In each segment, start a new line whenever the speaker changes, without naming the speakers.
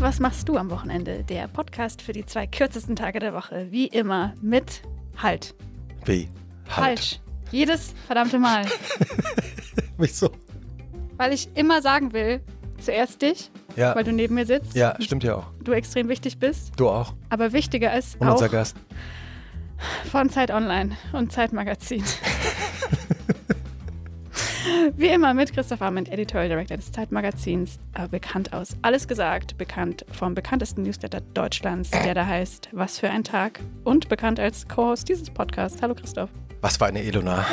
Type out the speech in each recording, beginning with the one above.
Was machst du am Wochenende? Der Podcast für die zwei kürzesten Tage der Woche. Wie immer mit Halt.
Wie? Halt.
Falsch. Jedes verdammte Mal.
Wieso?
Weil ich immer sagen will, zuerst dich,
Ja.
weil du neben mir sitzt,
Ja, stimmt ja auch.
du extrem wichtig bist.
Du auch.
Aber wichtiger ist
Und
auch
unser Gast.
von Zeit Online und Zeit Magazin. Wie immer mit Christoph Arment, Editorial Director des Zeitmagazins, äh, bekannt aus Alles Gesagt, bekannt vom bekanntesten Newsletter Deutschlands, der da heißt Was für ein Tag und bekannt als Co-Host dieses Podcasts. Hallo Christoph.
Was für eine Elona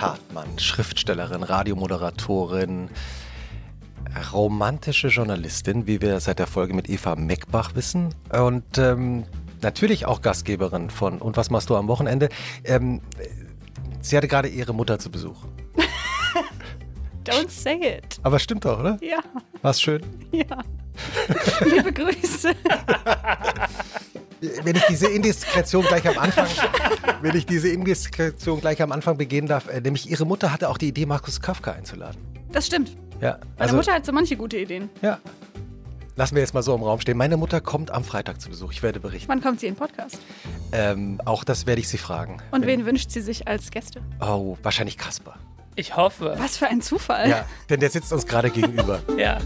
Hartmann, Schriftstellerin, Radiomoderatorin, romantische Journalistin, wie wir seit der Folge mit Eva Meckbach wissen. Und ähm, natürlich auch Gastgeberin von Und was machst du am Wochenende? Ähm, sie hatte gerade ihre Mutter zu Besuch.
Don't say it.
Aber stimmt doch, oder?
Ja,
War's schön?
ja. Liebe Grüße.
Wenn ich diese Indiskretion gleich am Anfang, wenn ich diese Indiskretion gleich am Anfang begehen darf, äh, nämlich ihre Mutter hatte auch die Idee, Markus Kafka einzuladen.
Das stimmt.
Ja, also,
Meine Mutter hat so manche gute Ideen.
ja. Lassen wir jetzt mal so im Raum stehen. Meine Mutter kommt am Freitag zu Besuch. Ich werde berichten.
Wann kommt sie in den Podcast?
Ähm, auch das werde ich sie fragen.
Und wen wünscht sie sich als Gäste?
Oh, wahrscheinlich Kasper.
Ich hoffe.
Was für ein Zufall.
Ja, denn der sitzt uns gerade gegenüber.
Ja.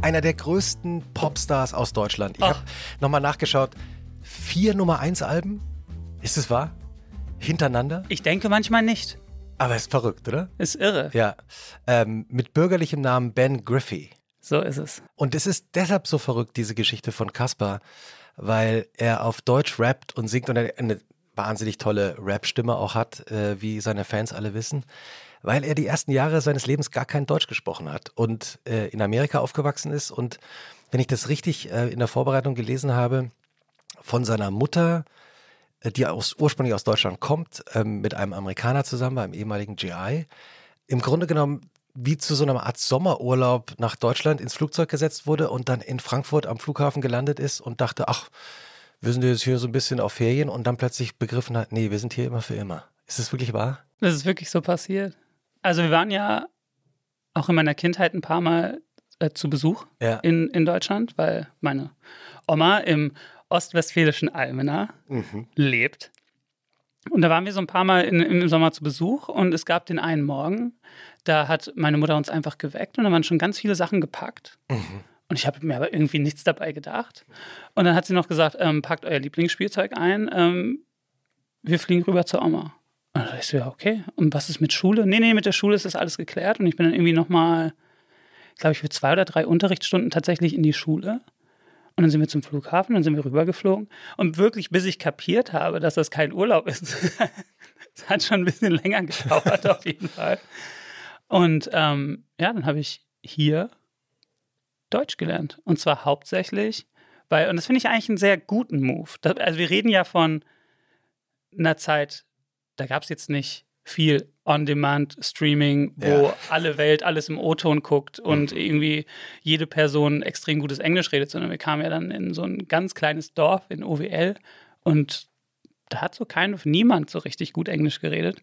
Einer der größten Popstars aus Deutschland.
Ah.
Ich habe
Ach.
nochmal nachgeschaut. Vier Nummer 1 Alben? Ist es wahr? Hintereinander?
Ich denke manchmal nicht.
Aber ist verrückt, oder?
Ist irre.
Ja, ähm, mit bürgerlichem Namen Ben Griffey.
So ist es.
Und es ist deshalb so verrückt, diese Geschichte von Kaspar, weil er auf Deutsch rappt und singt und er eine wahnsinnig tolle Rap-Stimme auch hat, äh, wie seine Fans alle wissen, weil er die ersten Jahre seines Lebens gar kein Deutsch gesprochen hat und äh, in Amerika aufgewachsen ist. Und wenn ich das richtig äh, in der Vorbereitung gelesen habe, von seiner Mutter, äh, die aus, ursprünglich aus Deutschland kommt, ähm, mit einem Amerikaner zusammen, einem ehemaligen GI, im Grunde genommen wie zu so einer Art Sommerurlaub nach Deutschland ins Flugzeug gesetzt wurde und dann in Frankfurt am Flughafen gelandet ist und dachte, ach, wir sind jetzt hier so ein bisschen auf Ferien und dann plötzlich begriffen hat, nee, wir sind hier immer für immer. Ist das wirklich wahr?
Das ist wirklich so passiert. Also wir waren ja auch in meiner Kindheit ein paar Mal äh, zu Besuch
Ja.
in, in Deutschland, weil meine Oma im ostwestfälischen Almena lebt. Und da waren wir so ein paar Mal in, im Sommer zu Besuch und es gab den einen Morgen, da hat meine Mutter uns einfach geweckt und da waren schon ganz viele Sachen gepackt. Und ich habe mir aber irgendwie nichts dabei gedacht. Und dann hat sie noch gesagt, ähm, packt euer Lieblingsspielzeug ein, ähm, wir fliegen rüber zur Oma. Und ich so, ja, okay. Und was ist mit Schule? Nee, nee, mit der Schule ist das alles geklärt. Und ich bin dann irgendwie nochmal, glaube ich, für zwei oder drei Unterrichtsstunden tatsächlich in die Schule. Und dann sind wir zum Flughafen, dann sind wir rübergeflogen. Und wirklich, bis ich kapiert habe, dass das kein Urlaub ist, es hat schon ein bisschen länger gedauert, auf jeden Fall. Und ähm, ja, dann habe ich hier Deutsch gelernt. Und zwar hauptsächlich bei, und das finde ich eigentlich einen sehr guten Move. Da- Also wir reden ja von einer Zeit, da gab es jetzt nicht viel On-Demand-Streaming, wo
Ja.
alle Welt alles im O-Ton guckt und irgendwie jede Person extrem gutes Englisch redet, sondern wir kamen ja dann in so ein ganz kleines Dorf in OWL und da hat so kein, niemand so richtig gut Englisch geredet.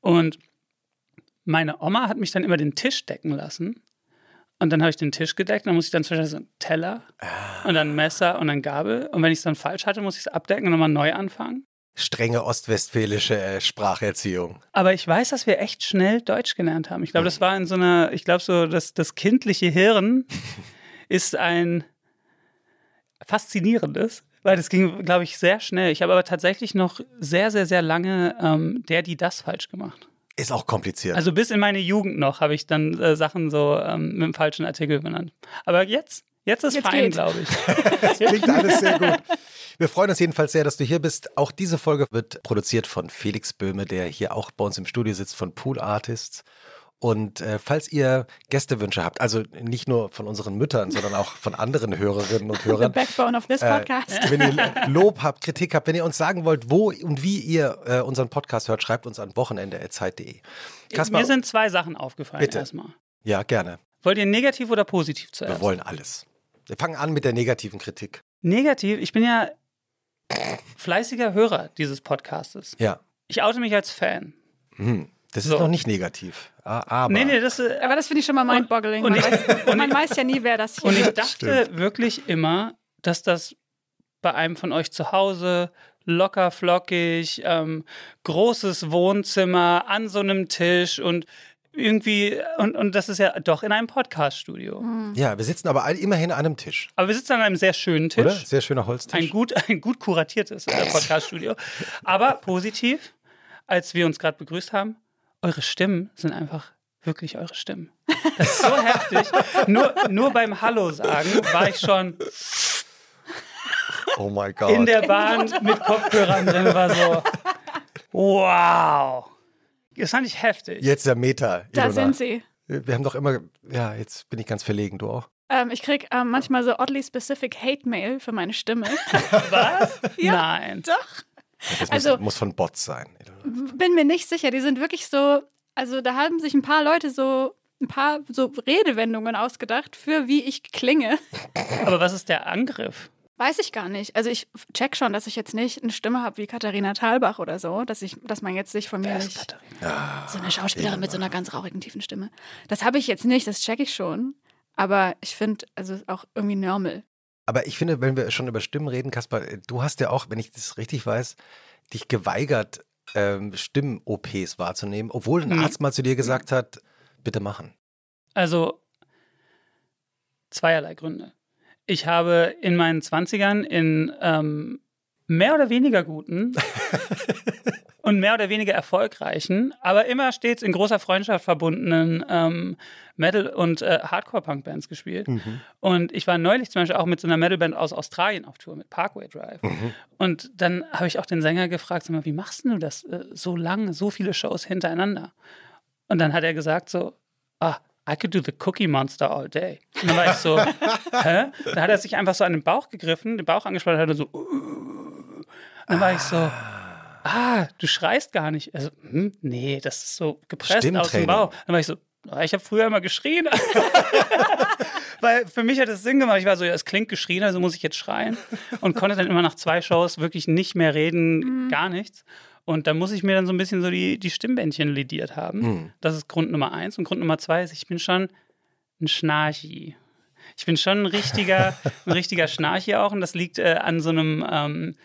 Und meine Oma hat mich dann immer den Tisch decken lassen. Und dann habe ich den Tisch gedeckt, und dann muss ich dann zwischen so einen Teller und dann Messer und dann Gabel. Und wenn ich es dann falsch hatte, muss ich es abdecken und nochmal neu anfangen.
Strenge ostwestfälische äh, Spracherziehung.
Aber ich weiß, dass wir echt schnell Deutsch gelernt haben. Ich glaube, das war in so einer, ich glaube, so das, das kindliche Hirn ist ein faszinierendes, weil das ging, glaube ich, sehr schnell. Ich habe aber tatsächlich noch sehr, sehr, sehr lange ähm, der, die das falsch gemacht.
Ist auch kompliziert.
Also bis in meine Jugend noch habe ich dann äh, Sachen so ähm, mit dem falschen Artikel benannt. Aber jetzt, jetzt ist
Jetzt
fein,
geht.
glaube ich.
Klingt alles sehr gut. Wir freuen uns jedenfalls sehr, dass du hier bist. Auch diese Folge wird produziert von Felix Böhme, der hier auch bei uns im Studio sitzt, von Pool Artists. Und äh, falls ihr Gästewünsche habt, also nicht nur von unseren Müttern, sondern auch von anderen Hörerinnen und
The
Hörern,
backbone of this
äh,
podcast.
wenn ihr Lob habt, Kritik habt, wenn ihr uns sagen wollt, wo und wie ihr äh, unseren Podcast hört, schreibt uns an wochenende.zeit.de. Kaspar,
Mir sind zwei Sachen aufgefallen
Bitte.
erstmal.
ja, gerne.
Wollt ihr negativ oder positiv zuerst?
Wir wollen alles. Wir fangen an mit der negativen Kritik.
Negativ, ich bin ja fleißiger Hörer dieses Podcastes.
Ja. hm,
Ich oute mich als Fan.
Das
So.
ist noch nicht negativ. A- Aber.
Nee, nee, das ist.
Aber das finde ich schon mal mindboggling.
und
Man,
ich-
weiß, man weiß ja nie, wer das hier
Und ich
ist.
dachte wirklich immer, dass das bei einem von euch zu Hause locker flockig, ähm, großes Wohnzimmer an so einem Tisch und irgendwie, und, und das ist ja doch in einem Podcast-Studio.
Ja, wir sitzen aber all, immerhin an einem Tisch.
Aber wir sitzen an einem sehr schönen Tisch.
Oder? Sehr schöner Holztisch.
Ein gut, ein gut kuratiertes äh, Podcast-Studio. Aber positiv, als wir uns gerade begrüßt haben, eure Stimmen sind einfach wirklich eure Stimmen. Das ist so heftig. Nur, nur beim Hallo sagen war ich schon
oh mein Gott.
in der Bahn mit Kopfhörern drin, war so, wow. Das fand ich heftig.
Jetzt der Meta.
Da
Ilona. Äh,
sind sie.
Wir haben doch immer. Ja, jetzt bin ich ganz verlegen, du auch.
Ähm, ich kriege ähm, manchmal so oddly specific Hate-Mail für meine Stimme.
Was? Nein.
Doch.
Das
Also-
muss, muss von Bots sein.
Mhm.
Ilona.
Bin mir nicht sicher. Die sind wirklich so, also da haben sich ein paar Leute so ein paar so Redewendungen ausgedacht für wie ich klinge.
Aber was ist der Angriff?
Weiß ich gar nicht. Also ich check schon, dass ich jetzt nicht eine Stimme habe wie Katharina Thalbach oder so, dass ich, dass man jetzt sich von mir nicht so eine Schauspielerin mit so einer ganz rauchigen tiefen Stimme. Das habe ich jetzt nicht, das check ich schon. Aber ich finde, also auch irgendwie normal.
Aber ich finde, wenn wir schon über Stimmen reden, Kaspar, äh, du hast ja auch, wenn ich das richtig weiß, dich geweigert, ähm, Stimmen-OPs wahrzunehmen, obwohl ein
Mhm.
Arzt mal zu dir gesagt hat, bitte machen.
Also zweierlei Gründe. Ich habe in meinen 20ern in ähm, mehr oder weniger guten und mehr oder weniger erfolgreichen, aber immer stets in großer Freundschaft verbundenen ähm, Metal- und äh, Hardcore-Punk-Bands gespielt. Und ich war neulich zum Beispiel auch mit so einer Metalband aus Australien auf Tour mit Parkway Drive. Und dann habe ich auch den Sänger gefragt, sag mal, wie machst denn du das äh, so lange, so viele Shows hintereinander? Und dann hat er gesagt so, ah, I could do the Cookie Monster all day. Und dann war ich so, hä? Dann hat er sich einfach so an den Bauch gegriffen, den Bauch angespannt und hat dann so, uh. Und dann war ich so, ah, du schreist gar nicht. Also, hm, nee, das ist so gepresst aus dem
Stimmtraining.
Bauch. Dann war ich so, ah, ich habe früher immer geschrien. Weil für mich hat es Sinn gemacht. Ich war so, ja, es klingt geschrien, also muss ich jetzt schreien. Und konnte dann immer nach zwei Shows wirklich nicht mehr reden, gar nichts. Und da muss ich mir dann so ein bisschen so die, die Stimmbändchen lediert haben. Das ist Grund Nummer eins. Und Grund Nummer zwei ist, ich bin schon ein Schnarchi. Ich bin schon ein richtiger, ein richtiger Schnarchi auch. Und das liegt äh, an so einem ähm,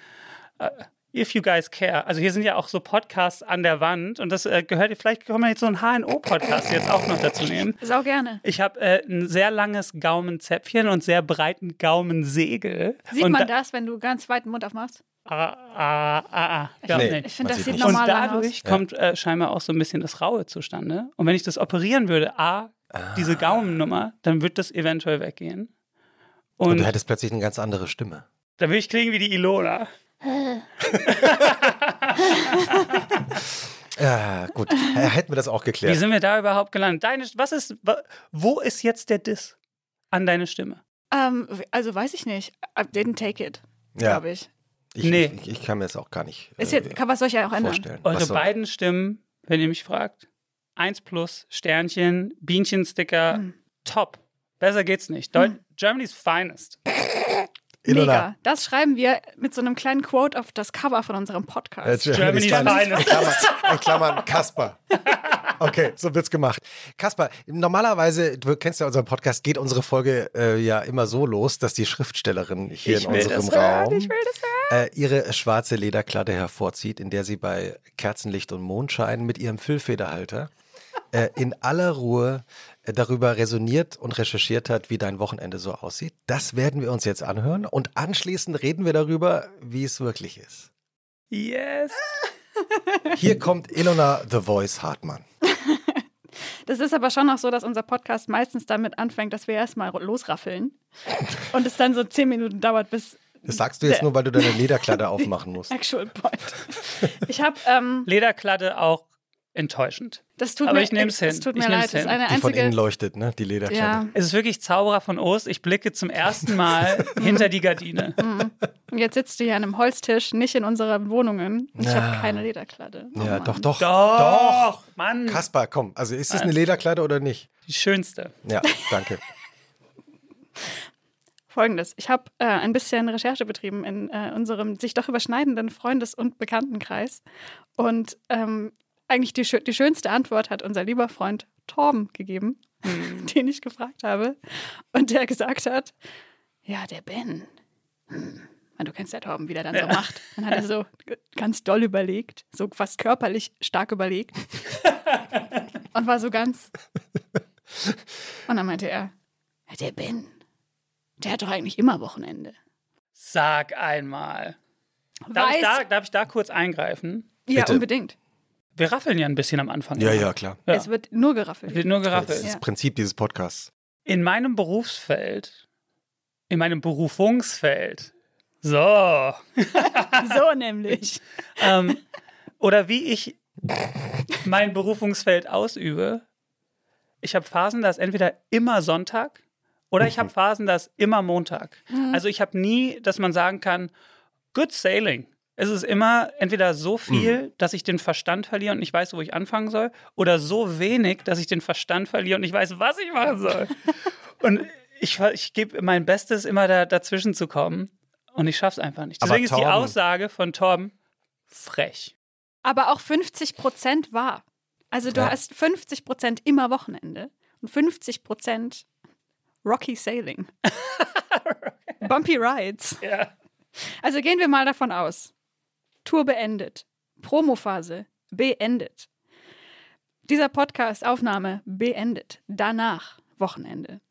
If You Guys Care. Also hier sind ja auch so Podcasts an der Wand und das äh, gehört, vielleicht können wir jetzt so einen HNO-Podcast jetzt auch noch dazu nehmen.
Sau gerne.
Ich habe äh, ein sehr langes Gaumenzäpfchen und sehr breiten Gaumensegel.
Sieht
und
man
da-
das, wenn du ganz weiten Mund aufmachst?
Ah, ah, ah, ah, ja,
Nee.
nee.
Ich finde,
Man
das
sieht
sieht
nicht.
Und
normal aus.
dadurch kommt äh, scheinbar auch so ein bisschen das Raue zustande. Und wenn ich das operieren würde, A,
Ah.
diese Gaumennummer, dann wird das eventuell weggehen.
Und
Und,
du hättest plötzlich eine ganz andere Stimme.
dann würde ich klingen wie die Ilona.
Ja, gut. Äh, Hätten wir das auch
Wie
geklärt.
sind wir da überhaupt gelandet? Deine, was ist, wa- wo ist jetzt der Diss an deine Stimme?
Ähm, also weiß ich nicht. I didn't take it,
Ja,
glaube ich.
ich,
Nee.
ich, ich kann mir das auch gar nicht
Ist
äh,
jetzt, kann, was soll ich ja auch ändern?
vorstellen.
Eure
Was soll-
beiden Stimmen, wenn ihr mich fragt, 1 plus, Sternchen, Bienchensticker, top. Besser geht's nicht. Deu Germany's finest.
Ilona,
Mega. Das schreiben wir mit so einem kleinen Quote auf das Cover von unserem
äh,
Podcast.
Germany's
Germany's
Finest.
finest.
In Klammern Kasper. Okay, so wird's gemacht. Kasper, normalerweise, du kennst ja unseren Podcast, geht unsere Folge äh, ja immer so los, dass die Schriftstellerin hier
Ich
in
will
unserem
das hören,
Raum äh, ihre schwarze Lederklatte hervorzieht, in der sie bei Kerzenlicht und Mondschein mit ihrem Füllfederhalter äh, in aller Ruhe äh, darüber resoniert und recherchiert hat, wie dein Wochenende so aussieht. Das werden wir uns jetzt anhören und anschließend reden wir darüber, wie es wirklich ist.
Yes.
Hier kommt Ilona The Voice Hartmann.
Das ist aber schon auch so, dass unser Podcast meistens damit anfängt, dass wir erstmal losraffeln und es dann so zehn Minuten dauert, bis
Das sagst du jetzt
Der-
nur, weil du deine Lederkleider aufmachen musst.
Actual Point. Ich habe, ähm,
Lederklatte auch enttäuschend.
das tut
Aber
mir,
ich nehm's
das
hin.
tut
Ich
mir
nehm's
leid, das ist
hin.
eine
Die von innen
einzige.
leuchtet, ne? Die
Ja,
Lederkleider.
Es ist wirklich Zauberer von Ost. Ich blicke zum ersten Mal hinter die Gardine.
und jetzt sitzt du hier an einem Holztisch, nicht in unseren Wohnungen. Und ich habe
Ja.
keine Lederklatte. Oh
Ja,
Mann.
doch, doch.
Doch, Mann.
Kaspar, komm. Also ist es eine Lederkleider oder nicht?
Die schönste.
Ja, danke.
Folgendes. Ich habe äh, ein bisschen Recherche betrieben in äh, unserem sich doch überschneidenden Freundes- und Bekanntenkreis. Und ähm, eigentlich die, schö- die schönste Antwort hat unser lieber Freund Torben gegeben, den ich gefragt habe. Und der gesagt hat, ja, der Ben. Hm. Weil Du kennst ja Torben, wie der dann so macht. Dann hat er so g- ganz doll überlegt, so fast körperlich stark überlegt. und war so ganz. Und dann meinte er, ja, der Ben, der hat doch eigentlich immer Wochenende.
Sag einmal. Darf
Weiß,
ich, da, darf ich da kurz eingreifen?
ja,
Bitte.
unbedingt.
Wir raffeln ja ein bisschen am Anfang.
Ja, ja, klar.
Ja.
Es wird nur
Es
geraffelt.
wird nur
Das ist
geraffelt.
das
Ja.
Prinzip dieses Podcasts.
In meinem Berufsfeld, in meinem Berufungsfeld, so,
So nämlich.
ähm, oder wie ich mein Berufungsfeld ausübe, ich habe Phasen, da ist entweder immer Sonntag oder ich habe Phasen, da ist immer Montag. Also ich habe nie, dass man sagen kann, good sailing. Es ist immer entweder so viel, dass ich den Verstand verliere und nicht weiß, wo ich anfangen soll, oder so wenig, dass ich den Verstand verliere und nicht weiß, was ich machen soll. und ich, ver- ich gebe mein Bestes, immer da, dazwischen zu kommen und ich schaffe es einfach nicht.
Aber
Deswegen ist die
Torben-
Aussage von Torben frech.
Aber auch 50 Prozent war. Also du
Ja.
hast 50 Prozent immer Wochenende und 50 Prozent Rocky Sailing. Bumpy Rides.
Ja.
Also gehen wir mal davon aus. Tour beendet. Promophase beendet. Dieser Podcast Aufnahme beendet. Danach Wochenende.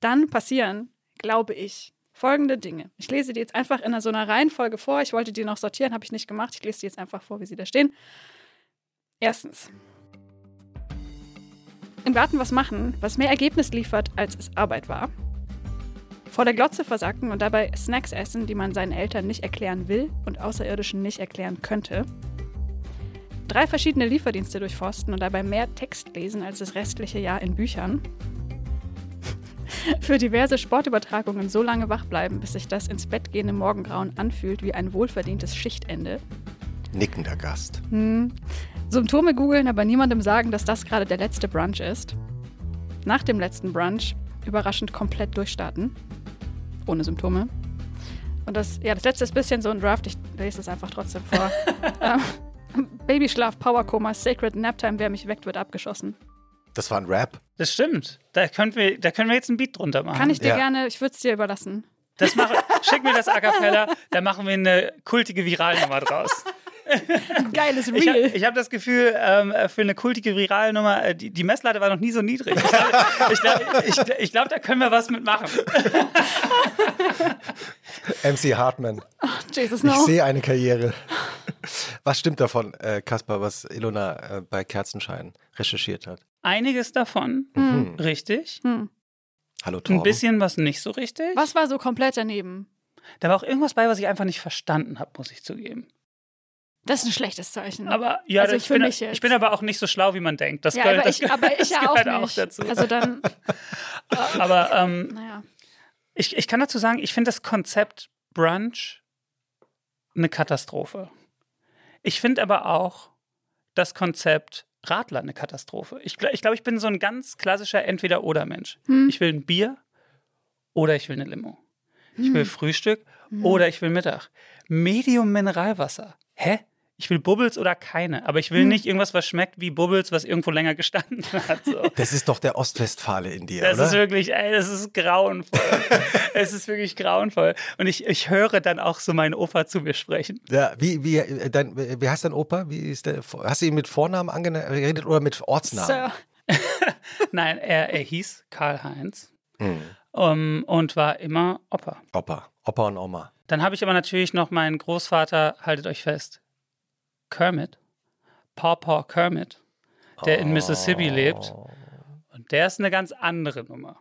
Dann passieren, glaube ich, folgende Dinge. Ich lese die jetzt einfach in so einer Reihenfolge vor. Ich wollte die noch sortieren, habe ich nicht gemacht. Ich lese die jetzt einfach vor, wie sie da stehen. Erstens. Im Garten was machen, was mehr Ergebnis liefert, als es Arbeit war. Vor der Glotze versacken und dabei Snacks essen, die man seinen Eltern nicht erklären will und Außerirdischen nicht erklären könnte. Drei verschiedene Lieferdienste durchforsten und dabei mehr Text lesen als das restliche Jahr in Büchern. Für diverse Sportübertragungen so lange wach bleiben, bis sich das ins Bett gehende Morgengrauen anfühlt wie ein wohlverdientes Schichtende.
Nickender Gast.
Symptome googeln, aber niemandem sagen, dass das gerade der letzte Brunch ist. Nach dem letzten Brunch überraschend komplett durchstarten. Ohne Symptome. Und das, ja, das letzte ist ein bisschen so ein Draft, ich lese es einfach trotzdem vor. ähm, Babyschlaf, Powerkoma, Sacred Naptime, wer mich weckt, wird abgeschossen.
Das war ein Rap.
Das stimmt. Da können wir, da können wir jetzt einen Beat drunter machen.
Kann ich dir
Ja.
gerne, ich würde es dir überlassen.
Das mache, schick mir das A cappella, da machen wir eine kultige Viralnummer draus.
Geiles
Ich habe
Real.
ich hab das Gefühl, ähm, für eine kultige Viralnummer, äh, die, die Messlatte war noch nie so niedrig. Ich glaube, ich glaub, ich, ich glaub, da können wir was mitmachen.
MC Hartman.
Jesus,
Ich
no.
sehe eine Karriere. Was stimmt davon, äh, Kaspar, was Ilona äh, bei Kerzenschein recherchiert hat?
Einiges davon,
Mhm.
richtig.
Hallo Torben.
Hm. Ein bisschen was nicht so richtig.
Hm. Was war so komplett daneben?
Da war auch irgendwas bei, was ich einfach nicht verstanden habe, muss ich zugeben.
Das ist ein schlechtes Zeichen.
Aber ja,
Also
ich,
für
bin,
mich jetzt.
ich bin aber auch nicht so schlau, wie man denkt. Das
ja,
gehört,
aber
das
ich, aber ich
das
ja auch
gehört
nicht.
auch dazu.
Also dann,
aber ähm,
naja.
Ich, ich kann dazu sagen, ich finde das Konzept Brunch eine Katastrophe. Ich finde aber auch das Konzept Radler eine Katastrophe. Ich, gl- ich glaube, ich bin so ein ganz klassischer Entweder-Oder-Mensch. Ich will ein Bier oder ich will eine Limo. Ich will Frühstück oder ich will Mittag. Medium Mineralwasser. Hä? Ich will Bubbles oder keine. Aber ich will nicht irgendwas, was schmeckt wie Bubbles, was irgendwo länger gestanden hat. So.
Das ist doch der Ostwestfale in dir,
Das
oder?
ist wirklich, ey, das ist grauenvoll. es ist wirklich grauenvoll. Und ich, ich höre dann auch so meinen Opa zu mir sprechen.
ja, wie, wie, äh, dein, wie heißt dein Opa? Wie ist der, hast du ihn mit Vornamen angeredet oder mit Ortsnamen?
Sir.
Nein, er, er hieß Karl-Heinz
Mhm.
ähm, und war immer Opa.
Opa. Opa und Oma.
Dann habe ich aber natürlich noch meinen Großvater, haltet euch fest, Kermit, Pawpaw Kermit, der in Mississippi
Oh.
lebt. Und der ist eine ganz andere Nummer.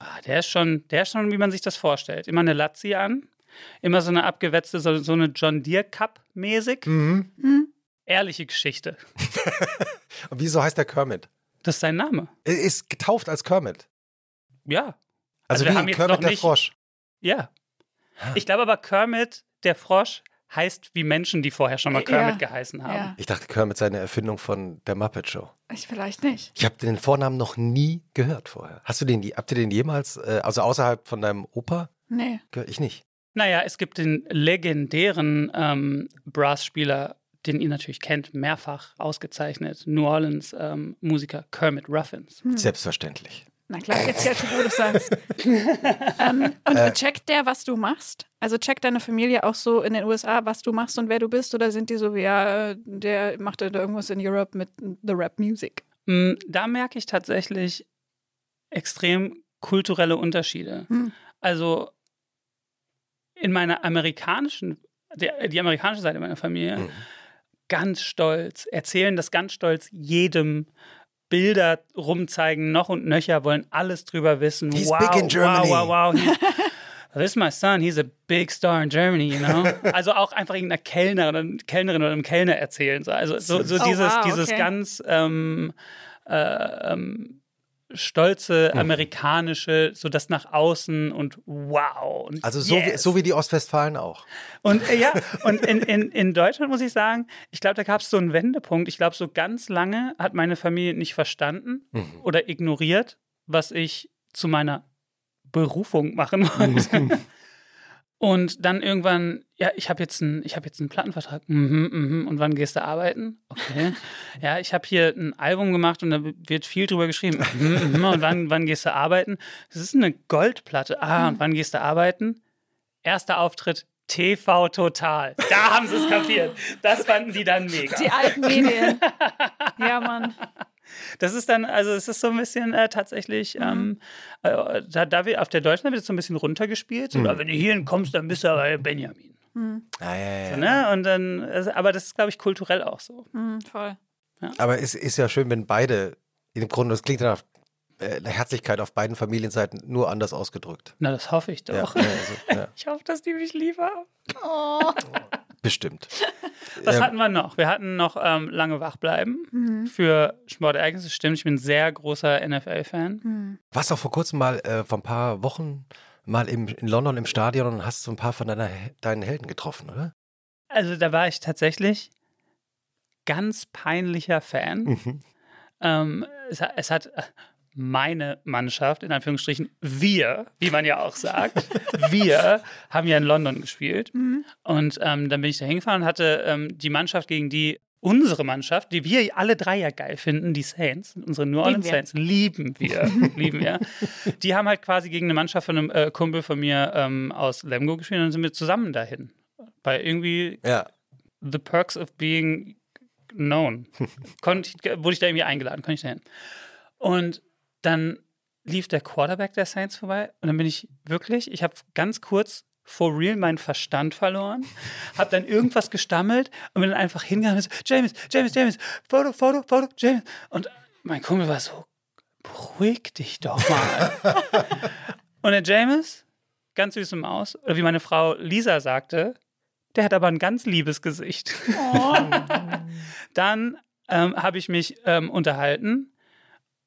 Ah, der ist schon, der ist schon, wie man sich das vorstellt. Immer eine Lazzi an, immer so eine abgewetzte, so, so eine John Deere Cup mäßig.
Mhm.
Hm?
Ehrliche Geschichte.
Und wieso heißt der Kermit?
Das ist sein Name.
Er ist getauft als Kermit.
Ja,
Also,
Also wir
wie
haben jetzt noch
Kermit der
nicht-
Frosch.
ja. Ich glaube aber, Kermit, der Frosch, heißt wie Menschen, die vorher schon mal
Ja.
Kermit geheißen haben.
Ja,
Ich dachte, Kermit sei eine Erfindung von der Muppet Show.
ich vielleicht nicht.
Ich habe den Vornamen noch nie gehört vorher. Hast du den, je- habt ihr den jemals, äh, also außerhalb von deinem Opa?
Nee.
Gehört ich nicht.
Naja, es gibt den legendären ähm, Brass-Spieler, den ihr natürlich kennt, mehrfach ausgezeichnet, New Orleans-Musiker Kermit Ruffins.
Selbstverständlich.
Na klar, jetzt, jetzt wo du es sagst. ähm, und
Äh.
checkt der, was du machst? Also checkt deine Familie auch so in den USA, was du machst und wer du bist? Oder sind die so wie, ja, äh, der macht da irgendwas in Europe mit The Rap Music?
Mm, Da merke ich tatsächlich extrem kulturelle Unterschiede.
Hm.
Also in meiner amerikanischen, der, die amerikanische Seite meiner Familie, ganz stolz, erzählen das ganz stolz jedem. Bilder rumzeigen, noch und nöcher, wollen alles drüber wissen.
He's
wow,
big in Germany.
wow, wow, wow. He's, this is my son, he's a big star in Germany, you know? Also auch einfach irgendeiner Kellner oder Kellnerin oder einem Kellner erzählen. So. Also so, so
Oh,
dieses,
wow,
dieses
okay.
ganz ähm, äh, ähm, stolze
Mhm.
amerikanische, so das nach außen und wow. Und
Also so, wie,
yes.
so wie die Ostwestfalen auch.
Und äh, ja, und in, in, in Deutschland muss ich sagen, ich glaube, da gab es so einen Wendepunkt. Ich glaube, so ganz lange hat meine Familie nicht verstanden oder ignoriert, was ich zu meiner Berufung machen wollte. und dann irgendwann, ja, ich habe jetzt, einen- ich hab jetzt einen Plattenvertrag. Mhm, mhm. Und wann gehst du arbeiten? Okay. Ja, ich habe hier ein Album gemacht und da wird viel drüber geschrieben. Mhm, mhm. Und wann, wann gehst du arbeiten? Das ist eine Goldplatte. Ah, und wann gehst du arbeiten? Erster Auftritt TV Total. Da haben sie es kapiert. Das fanden die dann mega.
Die alten Medien. ja, Mann.
Das ist dann, also es ist so ein bisschen äh, tatsächlich, ähm, äh, da, da wird auf der Deutschland wird es so ein bisschen runtergespielt. So, "Na, wenn du hierhin kommst, dann bist du aber Benjamin.
Hm,
Ah, ja, ja, ja.
Ne? Und dann, also, aber das ist, glaube ich, kulturell auch so.
Mhm, voll.
Aber es ist ja schön, wenn beide, im Grunde, das klingt nach äh, nach Herzlichkeit auf beiden Familienseiten nur anders ausgedrückt.
Na, das hoffe ich
Ja,
doch.
ja, also, ja,
Ich hoffe, dass die mich lieb haben.
Oh.
bestimmt.
Was
Ähm,
hatten wir noch? Wir hatten noch ähm, lange wach bleiben
Hm,
für Sportereignisse. Stimmt, ich bin ein sehr großer NFL-Fan.
hm.
Warst auch vor kurzem mal, äh, vor ein paar Wochen mal im, in London im Stadion und hast so ein paar von deiner, deinen Helden getroffen, oder?
Also da war ich tatsächlich ganz peinlicher Fan. Ähm, es, ha- es hat äh, meine Mannschaft, in Anführungsstrichen, wir, wie man ja auch sagt, wir haben ja in London gespielt. Und ähm, dann bin ich da hingefahren und hatte ähm, die Mannschaft gegen die unsere Mannschaft, die wir alle drei ja geil finden, die Saints, unsere New Orleans
wir.
Saints, lieben wir, lieben wir. Die haben halt quasi gegen eine Mannschaft von einem äh, Kumpel von mir ähm, aus Lemgo gespielt und dann sind wir zusammen dahin. Bei irgendwie
Ja.
The Perks of Being Known. Konnte, ich- wurde ich da irgendwie eingeladen, konnte ich da hin. Und dann lief der Quarterback der Saints vorbei und dann bin ich wirklich, ich habe ganz kurz for real meinen Verstand verloren, habe dann irgendwas gestammelt und bin dann einfach hingegangen und so, James, James, James, Foto, Foto, Foto, James. Und mein Kumpel war so, beruhig dich doch mal. und der James, ganz süß im Aus, oder wie meine Frau Lisa sagte, der hat aber ein ganz liebes Gesicht. Oh. dann ähm, habe ich mich ähm, unterhalten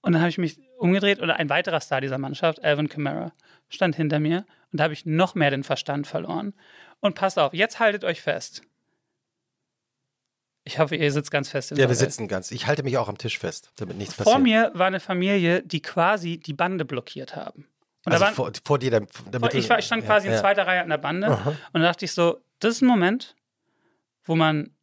und dann habe ich mich umgedreht und ein weiterer Star dieser Mannschaft, Alvin Kamara, stand hinter mir und da habe ich noch mehr den Verstand verloren. Und passt auf, jetzt haltet euch fest. Ich hoffe, ihr sitzt ganz fest im
Ja, wir
Sattel.
sitzen ganz. Ich halte mich auch am Tisch fest, damit nichts
Äh, Vor
passiert.
mir war eine Familie, die quasi die Bande blockiert haben. Und
also
da waren,
vor, vor dir, damit
vor,
du-
ich, war, ich stand quasi
ja,
in
ja.
zweiter Reihe an der Bande
Aha.
und da dachte ich so, das ist ein Moment, wo man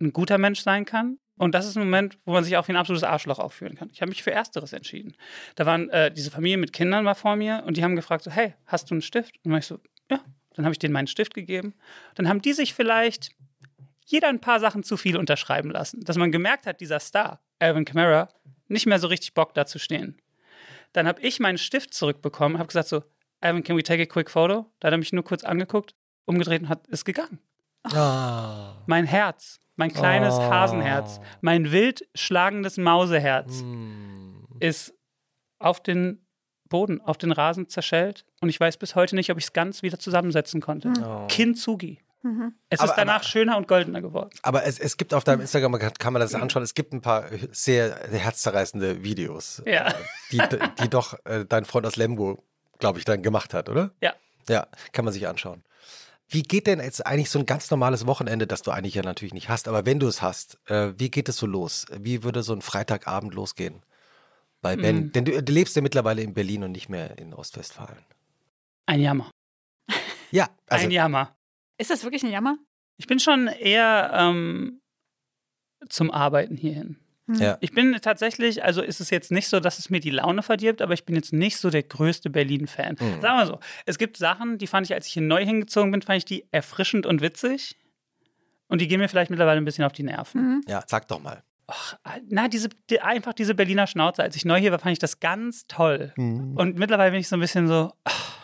ein guter Mensch sein kann und das ist ein Moment, wo man sich auch wie ein absolutes Arschloch aufführen kann. Ich habe mich für Ersteres entschieden. Da waren äh, diese Familie mit Kindern war vor mir und die haben gefragt so, hey, hast du einen Stift? Und dann war ich so, ja. Dann habe ich denen meinen Stift gegeben. Dann haben die sich vielleicht jeder ein paar Sachen zu viel unterschreiben lassen. Dass man gemerkt hat, dieser Star, Alvin Kamara, nicht mehr so richtig Bock da zu stehen. Dann habe ich meinen Stift zurückbekommen, habe gesagt so, Alvin, can we take a quick photo? Da hat er mich nur kurz angeguckt, umgedreht und hat, ist gegangen.
Ah.
Mein Herz, mein kleines
Oh.
Hasenherz, mein wild schlagendes Mauseherz
Hm.
ist auf den Boden, auf den Rasen zerschellt und ich weiß bis heute nicht, ob ich es ganz wieder zusammensetzen konnte. Kintsugi. Es
Oh. Aber-
ist danach schöner und goldener geworden.
Aber es, es gibt auf deinem Instagram, kann, kann man das anschauen, es gibt ein paar sehr herzzerreißende Videos,
Ja.
äh, die, die doch äh, dein Freund aus Lemgo, glaube ich, dann gemacht hat, oder?
Ja.
Ja, kann man sich anschauen. Wie geht denn jetzt eigentlich so ein ganz normales Wochenende, das du eigentlich ja natürlich nicht hast, aber wenn du es hast, äh, wie geht es so los? Wie würde so ein Freitagabend losgehen? Bei Ben,
Hm.
denn du, du lebst ja mittlerweile in Berlin und nicht mehr in Ostwestfalen.
Ein Jammer.
Ja, also
ein Jammer.
Ist das wirklich ein Jammer?
Ich bin schon eher ähm, zum Arbeiten hierhin.
Hm.
Ja.
Ich bin tatsächlich, also ist es jetzt nicht so, dass es mir die Laune verdirbt, aber ich bin jetzt nicht so der größte Berlin-Fan.
Mhm.
Sagen wir so, es gibt Sachen, die fand ich, als ich hier neu hingezogen bin, fand ich die erfrischend und witzig. Und die gehen mir vielleicht mittlerweile ein bisschen auf die Nerven. Ah,
Mhm.
ja, sag doch mal.
Na, diese, die, einfach diese Berliner Schnauze. Als ich neu hier war, fand ich das ganz toll.
Mhm.
Und mittlerweile bin ich so ein bisschen so, ach,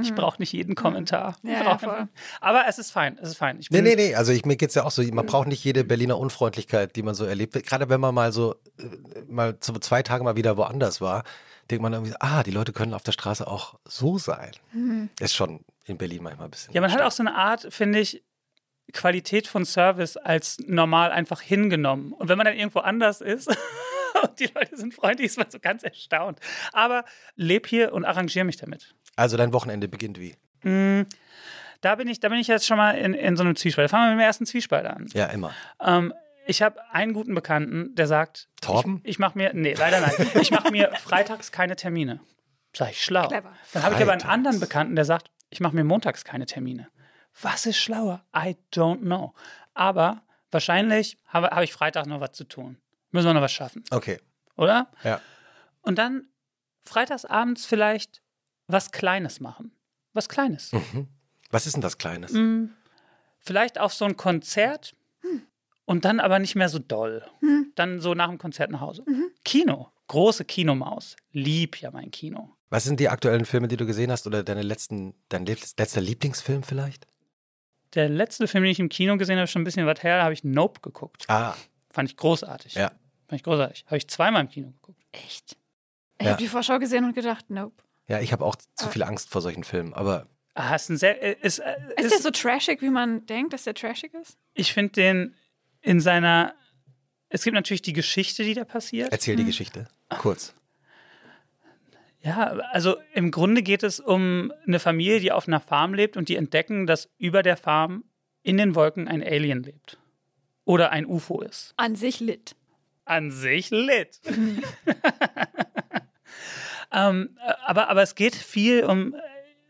ich
Mhm.
brauche nicht jeden Kommentar.
Ja,
Ich
ja,
brauch-
voll.
aber es ist fein, es ist fein. Ich
Nee,
bin,
nee, nee, also ich, mir geht's ja auch so, man braucht nicht jede Berliner Unfreundlichkeit, die man so erlebt. Gerade wenn man mal so, äh, mal so zwei Tage mal wieder woanders war, denkt man irgendwie, ah, die Leute können auf der Straße auch so sein. Ist schon in Berlin manchmal ein bisschen.
Ja, man hat auch so eine Art, finde ich, Qualität von Service als normal einfach hingenommen. Und wenn man dann irgendwo anders ist und die Leute sind freundlich, ist man so ganz erstaunt. Aber leb hier und arrangiere mich damit.
Also dein Wochenende beginnt wie?
Mm, Da bin ich, da bin ich jetzt schon mal in, in so einem Zwiespalt. Fangen wir mit dem ersten Zwiespalt an.
Ja, immer.
Ähm, ich habe einen guten Bekannten, der sagt,
Torben?
ich, ich mache mir, nee, leider nein, ich mache mir freitags keine Termine. Sei ich schlau.
Clever.
Dann habe ich aber einen
Freitags.
anderen Bekannten, der sagt, ich mache mir montags keine Termine. Was ist schlauer? I don't know. Aber wahrscheinlich habe habe ich Freitag noch was zu tun. Müssen wir noch was schaffen,
Okay.
oder?
Ja.
Und dann freitagsabends vielleicht was Kleines machen. Was Kleines.
Mhm. Was ist denn das Kleines?
Mhm.
Mm, Vielleicht auf so ein Konzert
Hm.
und dann aber nicht mehr so doll. Dann so nach dem Konzert nach Hause.
Mhm.
Kino. Große Kinomaus. Lieb ja mein Kino.
Was sind die aktuellen Filme, die du gesehen hast oder deine letzten, dein le- letzter Lieblingsfilm vielleicht?
Der letzte Film, den ich im Kino gesehen habe, ist schon ein bisschen was her, da habe ich Nope geguckt.
Ah,
Fand ich großartig.
Ja.
Fand ich großartig. Habe ich zweimal im Kino geguckt.
Echt? Ich
Ja.
habe die Vorschau gesehen und gedacht, nope.
ja, ich habe auch zu viel Angst vor solchen Filmen, aber
Ah, ist ein sehr, äh, ist, äh,
Ist,
ist,
der so trashig, wie man denkt, dass der trashig ist?
ich finde den in seiner. Es gibt natürlich die Geschichte, die da passiert.
erzähl die Geschichte. Kurz.
Ja, also im Grunde geht es um eine Familie, die auf einer Farm lebt und die entdecken, dass über der Farm in den Wolken ein Alien lebt. Oder ein UFO ist.
An sich lit.
An sich lit. ähm, aber, aber es geht viel um.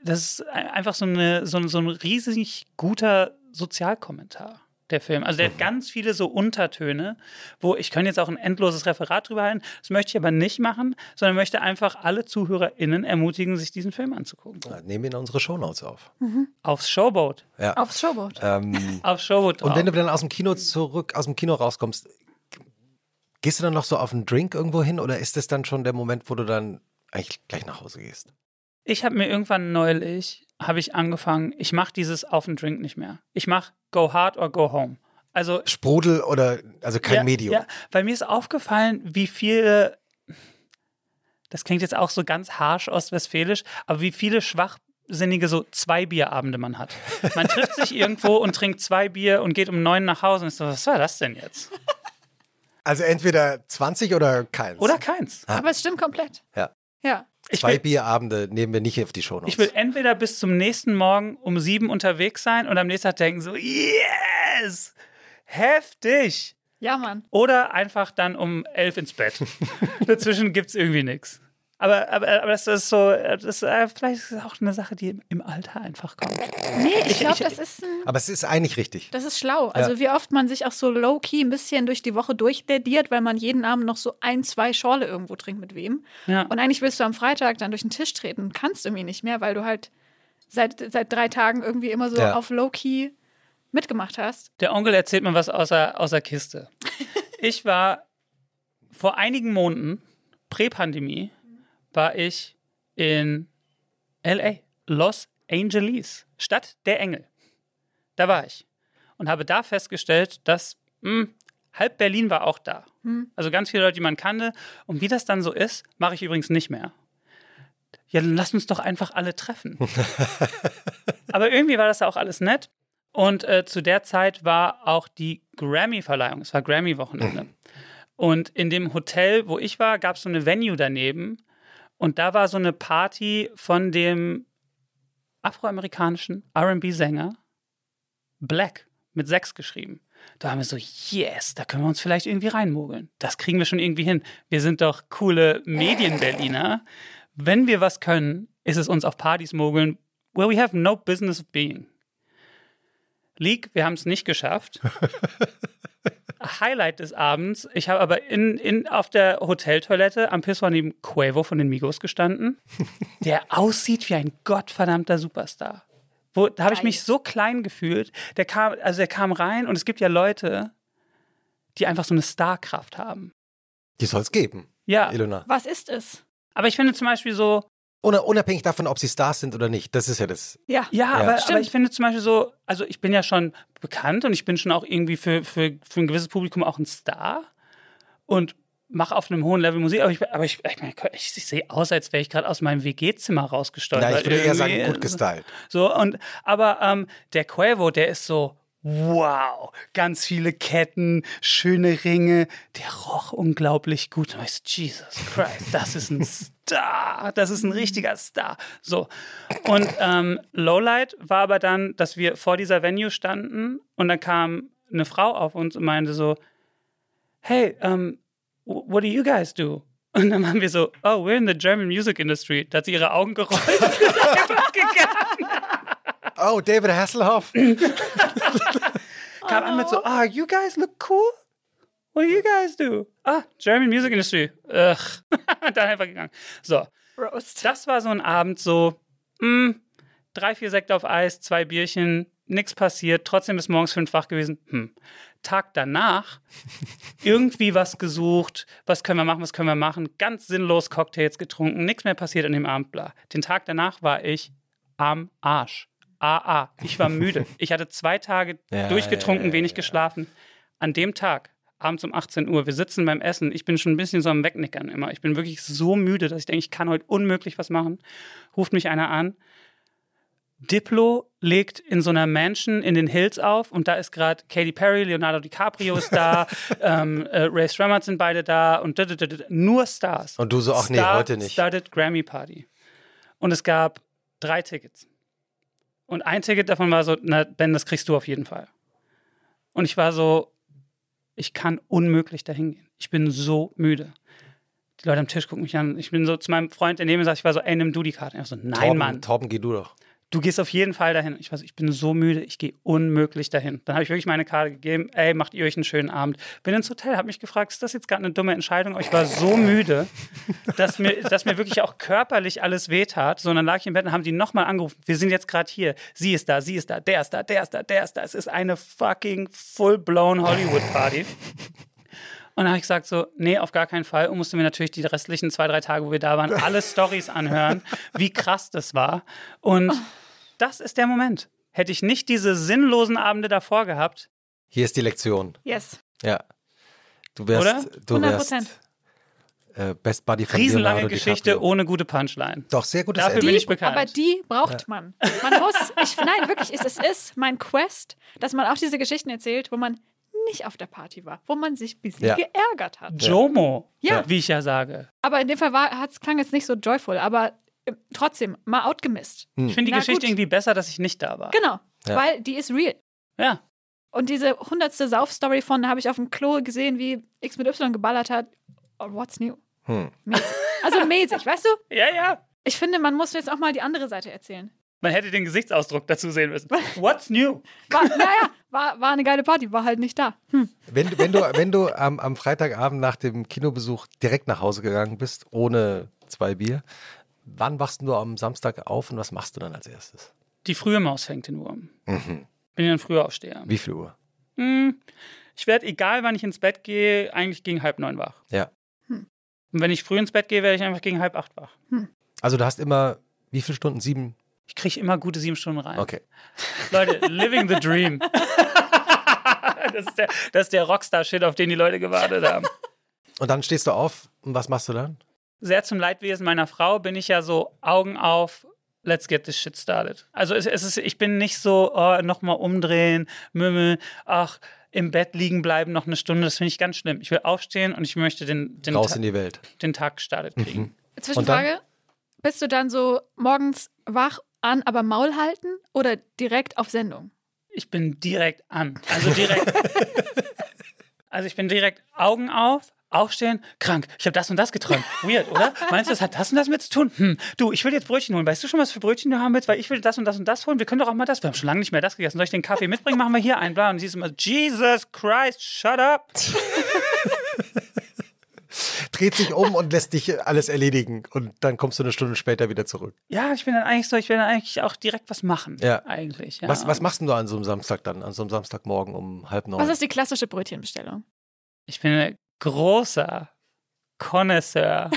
Das ist ein- einfach so, eine, so, ein- so ein riesig guter Sozialkommentar, der Film. Also der
Mhm.
hat ganz viele so Untertöne, wo ich könnte jetzt auch ein endloses Referat drüber halten. Das möchte ich aber nicht machen, sondern möchte einfach alle ZuhörerInnen ermutigen, sich diesen Film anzugucken.
Ja, nehmen wir in unsere Shownotes auf.
Mhm.
Aufs Showboat.
Ja.
Aufs Showboat.
Ähm,
Auf Showboat.
Und
drauf.
wenn du dann aus dem Kino zurück, aus dem Kino rauskommst, gehst du dann noch so auf einen Drink irgendwo hin oder ist das dann schon der Moment, wo du dann eigentlich gleich nach Hause gehst?
Ich habe mir irgendwann neulich, habe ich angefangen, ich mache dieses auf den Drink nicht mehr. Ich mache go hard or go home. Also
Sprudel oder also kein
ja,
Medium.
Ja, weil mir ist aufgefallen, wie viele, das klingt jetzt auch so ganz harsch ostwestfälisch, aber wie viele schwachsinnige so zwei Bierabende man hat. Man trifft sich irgendwo und trinkt zwei Bier und geht um neun nach Hause und ist so, was war das denn jetzt?
Also entweder 20 oder keins.
Oder keins.
Aber es stimmt komplett.
Ja.
Ja.
Ich
Zwei
will-
Bierabende nehmen wir nicht auf die Shownotes.
Ich will entweder bis zum nächsten Morgen um sieben unterwegs sein und am nächsten Tag denken so, yes, heftig.
Ja, Mann.
Oder einfach dann um elf ins Bett. Dazwischen gibt es irgendwie nichts. Aber, aber, aber das ist so, das ist, äh, vielleicht ist es auch eine Sache, die im- im Alter einfach kommt.
Nee, ich glaube,
ich-
das ist ein.
Aber es ist eigentlich richtig.
Das ist schlau. Also wie oft man sich auch so low-key ein bisschen durch die Woche durchlediert, weil man jeden Abend noch so ein, zwei Schorle irgendwo trinkt mit wem.
Ja.
Und eigentlich willst du am Freitag dann durch den Tisch treten, kannst irgendwie nicht mehr, weil du halt seit, seit drei Tagen irgendwie immer so
Ja.
auf low-key mitgemacht hast.
Der Onkel erzählt mir was außer, außer Kiste. Ich war vor einigen Monaten, Prä-Pandemie, war ich in LA, Los Angeles, Stadt der Engel. Da war ich und habe da festgestellt, dass mh, halb Berlin war auch da. Also ganz viele Leute, die man kannte. Und wie das dann so ist, mache ich übrigens nicht mehr. Ja, dann lass uns doch einfach alle treffen. Aber irgendwie war das ja auch alles nett. Und äh, zu der Zeit war auch die Grammy-Verleihung. Es war Grammy-Wochenende. Und in dem Hotel, wo ich war, gab es so eine Venue daneben. Und da war so eine Party von dem afroamerikanischen RB-Sänger Black mit 6 geschrieben. Da haben wir so, yes, da können wir uns vielleicht irgendwie reinmogeln. Das kriegen wir schon irgendwie hin. Wir sind doch coole Medien-Berliner. Wenn wir was können, ist es uns auf Partys mogeln, where we have no business of being. League, wir haben es nicht geschafft. Highlight des Abends, ich habe aber in, in, auf der Hoteltoilette am Pissoir neben Quavo von den Migos gestanden, der aussieht wie ein gottverdammter Superstar. Wo, da habe ich mich so klein gefühlt. Der kam, also der kam rein und es gibt ja Leute, die einfach so eine Starkraft haben.
Die soll es geben,
Ja.
Ilona.
Was ist es?
Aber ich finde zum Beispiel so,
Una- Unabhängig davon, ob sie Stars sind oder nicht. Das ist ja das.
Ja.
Ja, aber,
Stimmt.
aber ich finde zum Beispiel so, also ich bin ja schon bekannt und ich bin schon auch irgendwie für, für, für ein gewisses Publikum auch ein Star und mache auf einem hohen Level Musik, aber ich, aber ich, ich, mein, ich, ich sehe aus, als wäre ich gerade aus meinem WG-Zimmer rausgestolpert.
Na, ich würde eher sagen,
Irgendwie.
gut gestylt.
So, und, aber ähm, der Quavo, der ist so, wow, ganz viele Ketten, schöne Ringe, der roch unglaublich gut. Und ich so, Jesus Christ, das ist ein Star, das ist ein richtiger Star. So, und ähm, Lowlight war aber dann, dass wir vor dieser Venue standen und dann kam eine Frau auf uns und meinte so, hey, ähm, wh- what do you guys do? Und dann waren wir so, oh, we're in the German music industry. Da hat sie ihre Augen gerollt und ist einfach gegangen.
Oh, David Hasselhoff.
kam an mit so, ah, you guys look cool. What do you guys do? Ah, German Music Industry. Ugh. Dann einfach gegangen. So,
Roast.
das war so ein Abend so, mm, drei, vier Sekt auf Eis, zwei Bierchen, nichts passiert, trotzdem bis morgens fünf wach gewesen. Hm. Tag danach irgendwie was gesucht, was können wir machen, was können wir machen, ganz sinnlos Cocktails getrunken, nichts mehr passiert an dem Abend, bla. Den Tag danach war ich am Arsch. AA. Ich war müde. Ich hatte zwei Tage
Ja,
durchgetrunken,
ja, ja,
wenig geschlafen. An dem Tag, abends um 18 Uhr, wir sitzen beim Essen. Ich bin schon ein bisschen so am Wegnickern immer. Ich bin wirklich so müde, dass ich denke, ich kann heute unmöglich was machen. Ruft mich einer an. Diplo legt in so einer Mansion in den Hills auf und da ist gerade Katy Perry, Leonardo DiCaprio ist da, ähm, äh, Ray Stramert sind beide da und da, da, da, da, nur Stars.
Und du so, ach nee,
Star
heute nicht.
Started Grammy Party. Und es gab drei Tickets. Und ein Ticket davon war so, na Ben, das kriegst du auf jeden Fall. Und ich war so, ich kann unmöglich dahin gehen. Ich bin so müde. Die Leute am Tisch gucken mich an. Ich bin so zu meinem Freund, der neben mir saß, ich war so, ey, nimm du die Karte. Er so, nein,
Torben,
Mann
Torben, geh du doch.
du gehst auf jeden Fall dahin. Ich weiß, ich bin so müde, ich gehe unmöglich dahin. Dann habe ich wirklich meine Karte gegeben, ey, macht ihr euch einen schönen Abend. Bin ins Hotel, habe mich gefragt, ist das jetzt gerade eine dumme Entscheidung? Aber ich war so müde, dass mir, dass mir wirklich auch körperlich alles wehtat. So, und dann lag ich im Bett und haben die nochmal angerufen. Wir sind jetzt gerade hier. Sie ist da, sie ist da, der ist da, der ist da, der ist da. Es ist eine fucking full-blown Hollywood-Party. Und dann habe ich gesagt so, nee, auf gar keinen Fall. Und musste mir natürlich die restlichen zwei, drei Tage, wo wir da waren, alle Stories anhören, wie krass das war. Und das ist der Moment. Hätte ich nicht diese sinnlosen Abende davor gehabt,
Hier ist die Lektion.
Yes.
Ja. Du wärst,
Oder?
du
100%.
wärst äh, Best Buddy von
riesenlange
Leonardo
Geschichte
DiCaprio.
ohne gute Punchline.
Doch, sehr gutes
Dafür bin
Ende.
ich bekannt.
Aber die braucht man. Man muss, ich, nein, wirklich, es, es ist mein Quest, dass man auch diese Geschichten erzählt, wo man nicht auf der Party war, wo man sich ein bisschen
Ja.
geärgert hat.
Jomo,
Ja.
wie ich ja sage.
Aber in dem Fall war, hat's, klang jetzt nicht so joyful, aber äh, trotzdem, mal outgemisst.
Hm,
Ich finde die
Na
Geschichte
gut.
irgendwie besser, dass ich nicht da war.
Genau,
Ja.
weil die ist real.
Ja.
Und diese hundertste Sauf-Story von, da habe ich auf dem Klo gesehen, wie X mit Y geballert hat. Oh, what's new?
Hm.
Mäßig. Also mäßig, weißt du?
Ja, ja.
Ich finde, man muss jetzt auch mal die andere Seite erzählen.
Man hätte den Gesichtsausdruck dazu sehen müssen. What's new?
War, naja, war, war eine geile Party, war halt nicht da. Hm.
Wenn, wenn du, wenn du am, am Freitagabend nach dem Kinobesuch direkt nach Hause gegangen bist, ohne zwei Bier, wann wachst du am Samstag auf und was machst du dann als erstes?
Die frühe Maus fängt den Wurm. Bin ja ein früher Aufsteher.
Wie viel Uhr?
Hm, ich werde, egal wann ich ins Bett gehe, eigentlich gegen halb neun wach.
Ja.
Hm.
Und wenn ich früh ins Bett gehe, werde ich einfach gegen halb acht wach.
Also du hast immer wie viele Stunden? Sieben?
Ich kriege immer gute sieben Stunden rein.
Okay.
Leute, living the dream. das, ist der, das ist der Rockstar-Shit, auf den die Leute gewartet haben.
Und dann stehst du auf und was machst du dann?
Sehr zum Leidwesen meiner Frau bin ich ja so Augen auf. Let's get this shit started. Also es, es ist, ich bin nicht so oh, nochmal umdrehen, Mümmel, ach im Bett liegen bleiben noch eine Stunde. Das finde ich ganz schlimm. Ich will aufstehen und ich möchte den, den,
Raus
Ta-
in Mhm. die Welt.
den Tag gestartet kriegen.
Zwischenfrage: Bist du dann so morgens wach an, aber Maul halten oder direkt auf Sendung?
Ich bin direkt an. Also direkt. also ich bin direkt Augen auf, aufstehen, krank. Ich habe das und das geträumt. Weird, oder? Meinst du, das hat das und das mit zu tun? Hm. Du, ich will jetzt Brötchen holen. Weißt du schon, was für Brötchen du haben willst? Weil ich will das und das und das holen. Wir können doch auch mal das. Wir haben schon lange nicht mehr das gegessen. Soll ich den Kaffee mitbringen? Machen wir hier einen. Bla. Und sie ist immer, Jesus Christ, shut up.
Dreht sich um und lässt dich alles erledigen. Und dann kommst du eine Stunde später wieder zurück.
Ja, ich bin dann eigentlich so, ich will dann eigentlich auch direkt was machen.
Ja.
Eigentlich. Ja.
Was, was machst denn du an so einem Samstag dann, an so einem Samstagmorgen um halb neun?
Was ist die klassische Brötchenbestellung?
Ich bin ein großer Connoisseur.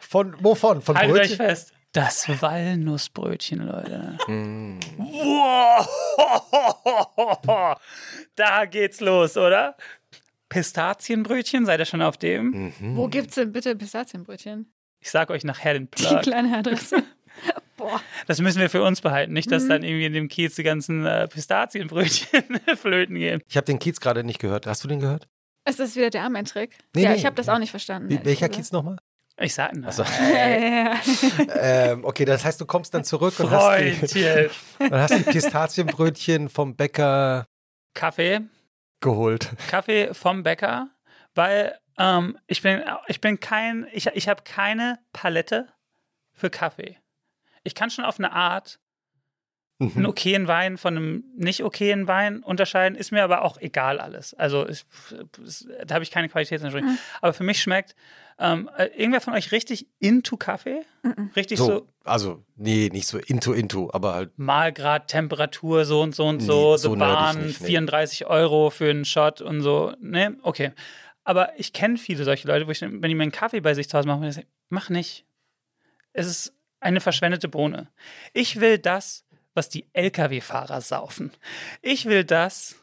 Von wovon? Von
Haltet euch
Brötchen?
fest. Das Walnussbrötchen, Leute.
Mm.
Wow. Da geht's los, oder? Pistazienbrötchen, seid ihr schon auf dem?
Mhm.
Wo gibt's denn bitte Pistazienbrötchen?
Ich sag euch nachher den
Die
Plug.
kleine Adresse. Boah.
Das müssen wir für uns behalten, nicht, dass dann irgendwie in dem Kiez die ganzen äh, Pistazienbrötchen flöten gehen.
Ich habe den Kiez gerade nicht gehört. Hast du den gehört?
Ist das wieder der Armentrick?
Nee,
ja,
nee.
ich habe das auch nicht verstanden.
Wie,
ehrlich
welcher
gesagt.
Kiez nochmal?
Ich sag na,
Also,
Ja, ja, ja.
ähm, okay, das heißt, du kommst dann zurück und hast, die,
Freundchen.
und hast die Pistazienbrötchen vom Bäcker
Kaffee,
geholt.
Kaffee vom Bäcker, weil ähm, ich bin, ich bin kein, ich, ich habe keine Palette für Kaffee. Ich kann schon auf eine Art einen
Mhm.
okayen Wein von einem nicht okayen Wein unterscheiden, ist mir aber auch egal alles. Also es- es- da habe ich keine Qualitätsanstrengung. Aber für mich schmeckt ähm, äh, irgendwer von euch richtig into Kaffee? Richtig so,
So, also, nee, nicht so into, into, aber halt.
Malgrad, Temperatur, so und so und
Nee,
so,
so
The
nerdig
Bahn,
nicht, nee.
34 Euro für einen Shot und so. Ne, okay. Aber ich kenne viele solche Leute, wo ich, wenn die mir einen Kaffee bei sich zu Hause machen, ich sage, mach nicht. Es ist eine verschwendete Bohne. Ich will das, was die Lkw-Fahrer saufen. Ich will das,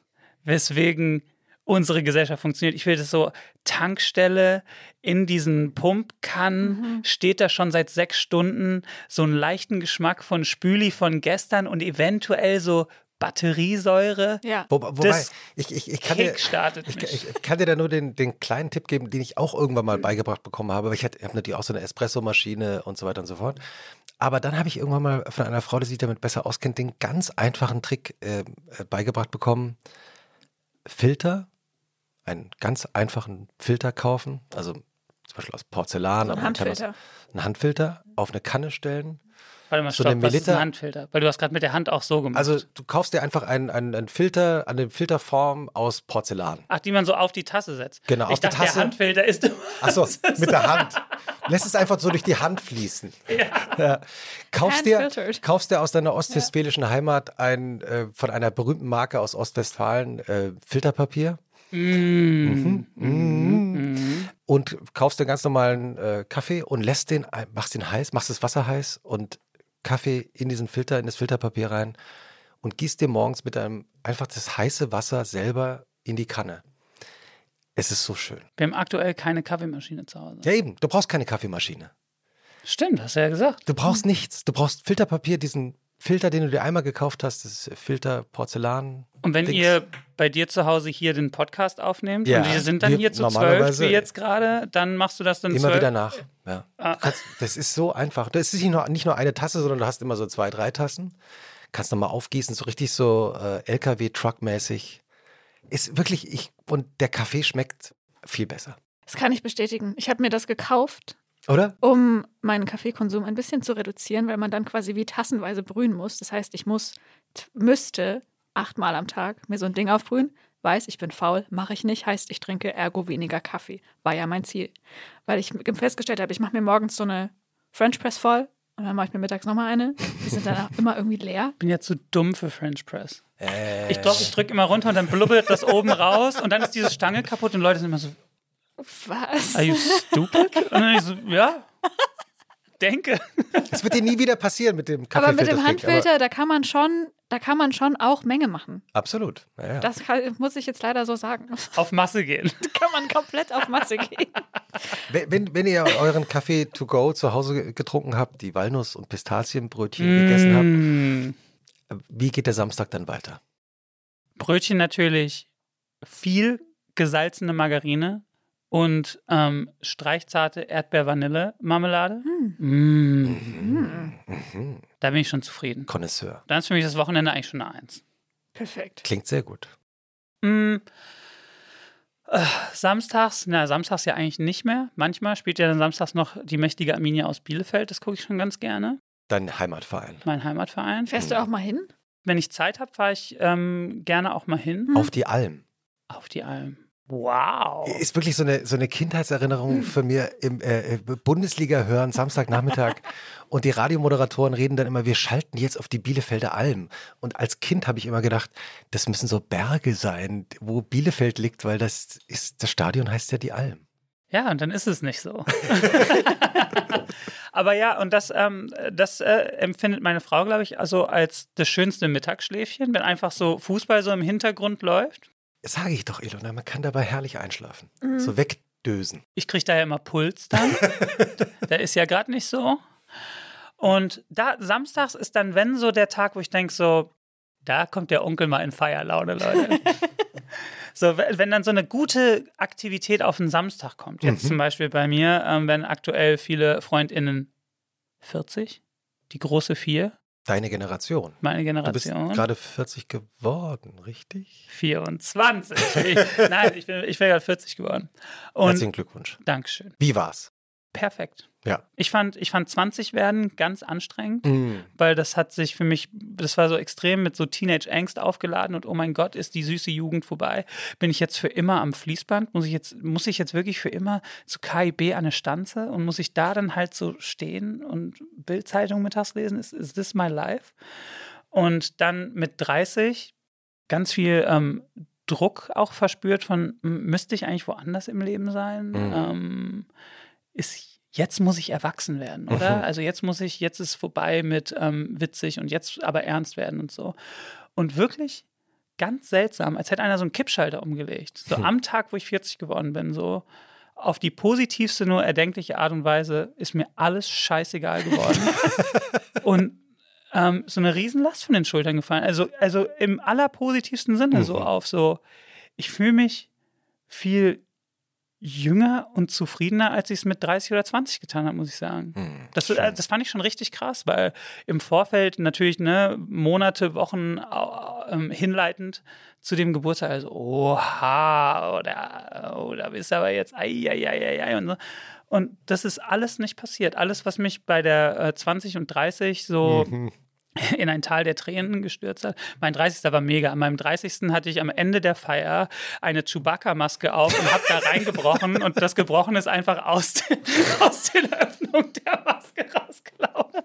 weswegen unsere Gesellschaft funktioniert. Ich will das so Tankstelle in diesen Pumpkannen steht da schon seit sechs Stunden so einen leichten Geschmack von Spüli von gestern und eventuell so Batteriesäure.
ja.
Wo, wobei,
Das
ich, ich, ich kann dir,
Kick startet
ich,
mich.
ich kann dir da nur den, den kleinen Tipp geben, den ich auch irgendwann mal beigebracht bekommen habe. weil Ich habe natürlich auch so eine Espressomaschine und so weiter und so fort. Aber dann habe ich irgendwann mal von einer Frau, die sich damit besser auskennt, den ganz einfachen Trick äh, äh, beigebracht bekommen. Filter, einen ganz einfachen Filter kaufen, also zum Beispiel aus Porzellan,
Ein
aber man kann aus-
Handfilter.
einen Handfilter auf eine Kanne stellen.
Warte mal,
so
stopp,
eine
was ist ein
Milliliter-
Handfilter? Weil du hast gerade mit der Hand auch so gemacht.
Also du kaufst dir einfach einen, einen, einen Filter, eine Filterform aus Porzellan.
Ach, die man so auf die Tasse setzt.
Genau,
ich
auf die
dachte,
Tasse.
der Handfilter ist.
Achso, mit der Hand. Lässt es einfach so durch die Hand fließen. Ja. Kaufst, dir,
Handfiltered.
kaufst dir aus deiner ostwestfälischen Heimat ein, äh, von einer berühmten Marke aus Ostwestfalen äh, Filterpapier Mhm.
Mhm.
und kaufst dir ganz normalen äh, Kaffee und lässt den, ein- machst den heiß, machst das Wasser heiß und Kaffee in diesen Filter, in das Filterpapier rein und gießt dir morgens mit einem einfach das heiße Wasser selber in die Kanne. Es ist so schön.
Wir haben aktuell keine Kaffeemaschine zu Hause.
Ja eben, du brauchst keine Kaffeemaschine.
Stimmt, hast du ja gesagt.
Du
Hm.
brauchst nichts. Du brauchst Filterpapier, diesen Filter, den du dir einmal gekauft hast, das ist äh, Filter Porzellan.
Und wenn
Dings.
ihr bei dir zu Hause hier den Podcast aufnehmt
Ja,
und wir sind dann
wir-
hier zu zwölf,
normalerweise-
wie jetzt gerade, dann machst du das dann
immer wieder
zwölf.
nach. Ja.
Ah.
Du Kannst, das ist so einfach. Das ist nicht nur, nicht nur eine Tasse, sondern du hast immer so zwei, drei Tassen. Kannst nochmal aufgießen, so richtig so äh, LKW-Truck-mäßig. Ist wirklich, ich, und der Kaffee schmeckt viel besser.
Das kann ich bestätigen. Ich habe mir das gekauft,
Oder?
um meinen Kaffeekonsum ein bisschen zu reduzieren, weil man dann quasi wie tassenweise brühen muss. Das heißt, ich muss, t- müsste achtmal am Tag mir so ein Ding aufbrühen. Weiß, ich bin faul, mache ich nicht, heißt, ich trinke ergo weniger Kaffee. War ja mein Ziel. Weil ich m- festgestellt habe, ich mache mir morgens so eine French Press voll und dann mache ich mir mittags nochmal eine. Die sind dann auch immer irgendwie leer.
Ich bin ja zu dumm für French Press.
Äh,
Ich glaube, ich drücke immer runter und dann blubbert das oben raus und dann ist diese Stange kaputt und Leute sind immer so,
Was?
are you stupid? Und dann ich so, ja, denke.
das wird dir nie wieder passieren mit dem Kaffee.
Aber mit dem Handfilter, da kann man schon, da kann man schon auch Menge machen.
Absolut. Ja, ja.
Das kann, muss ich jetzt leider so sagen.
Auf Masse gehen.
kann man komplett auf Masse gehen.
Wenn, wenn, wenn ihr euren Kaffee to go zu Hause getrunken habt, die Walnuss- und Pistazienbrötchen gegessen habt,
Mm.
Wie geht der Samstag dann weiter?
Brötchen natürlich viel gesalzene Margarine und ähm, streichzarte Erdbeer-Vanille-Marmelade.
Hm,
Mm. Da bin ich schon zufrieden.
Connoisseur.
Dann ist für mich das Wochenende eigentlich schon eine Eins.
Perfekt.
Klingt sehr gut.
Mm. Äh, Samstags, na, samstags ja eigentlich nicht mehr. Manchmal spielt ja dann samstags noch die mächtige Arminia aus Bielefeld. Das gucke ich schon ganz gerne.
Dein Heimatverein.
Mein Heimatverein.
Fährst du auch mal hin?
Wenn ich Zeit habe, fahre ich ähm, gerne auch mal hin.
Auf die Alm.
Auf die Alm. Wow.
Ist wirklich so eine, so eine Kindheitserinnerung von mir im äh, äh, Bundesliga hören, Samstagnachmittag. und die Radiomoderatoren reden dann immer, wir schalten jetzt auf die Bielefelder Alm. Und als Kind habe ich immer gedacht, das müssen so Berge sein, wo Bielefeld liegt, weil das ist, das Stadion heißt ja die Alm.
Ja, und dann ist es nicht so. Aber ja, und das, ähm, das äh, empfindet meine Frau, glaube ich, also als das schönste Mittagsschläfchen, wenn einfach so Fußball so im Hintergrund läuft.
Sage ich doch, Ilona, man kann dabei herrlich einschlafen.
Mhm.
So wegdösen.
Ich kriege da ja immer Puls dann. der ist ja gerade nicht so. Und da samstags ist dann, wenn so der Tag, wo ich denke, so, da kommt der Onkel mal in Feierlaune, Leute. so, we- wenn dann so eine gute Aktivität auf den Samstag kommt.
Mhm.
Jetzt zum Beispiel bei mir ähm, werden aktuell viele FreundInnen 40, die große Vier,
Deine Generation.
meine
Du bist
Generation.
gerade 40 geworden, richtig?
24. Ich, nein, ich bin, ich bin gerade 40 geworden. Und
Herzlichen Glückwunsch.
Dankeschön.
Wie war's?
Perfekt.
Ja.
Ich fand, ich fand 20 werden ganz anstrengend, weil das hat sich für mich, das war so extrem mit so Teenage-Angst aufgeladen und oh mein Gott, ist die süße Jugend vorbei. Bin ich jetzt für immer am Fließband? Muss ich jetzt, muss ich jetzt wirklich für immer zu KIB an eine Stanze und muss ich da dann halt so stehen und Bildzeitung mittags lesen? Is, is this my life? Und dann mit 30 ganz viel ähm, Druck auch verspürt von, m- müsste ich eigentlich woanders im Leben sein?
Mhm.
Ähm, ist jetzt muss ich erwachsen werden, oder?
Mhm.
Also jetzt muss ich, jetzt ist vorbei mit ähm, witzig und jetzt aber ernst werden und so. Und wirklich ganz seltsam, als hätte einer so einen Kippschalter umgelegt. So
Hm.
am Tag, wo ich 40 geworden bin, so auf die positivste nur erdenkliche Art und Weise ist mir alles scheißegal geworden. und ähm, so eine Riesenlast von den Schultern gefallen. Also, also im allerpositivsten Sinne so
Mhm.
auf so, ich fühle mich viel jünger und zufriedener, als ich es mit 30 oder 20 getan habe, muss ich sagen.
Hm,
Das, äh,
schön.
das fand ich schon richtig krass, weil im Vorfeld natürlich ne, Monate, Wochen au- ähm, hinleitend zu dem Geburtstag, also oha, oder oh, da bist du aber jetzt, ei, ei, ei, ei, ei, und so. Und das ist alles nicht passiert. Alles, was mich bei der äh, 20 und 30 so in ein Tal der Tränen gestürzt hat. Mein 30. war mega. An meinem 30. hatte ich am Ende der Feier eine Chewbacca-Maske auf und habe da reingebrochen und das Gebrochen ist einfach aus, den, aus den Öffnungen der Maske
Genau.
rausgelaufen.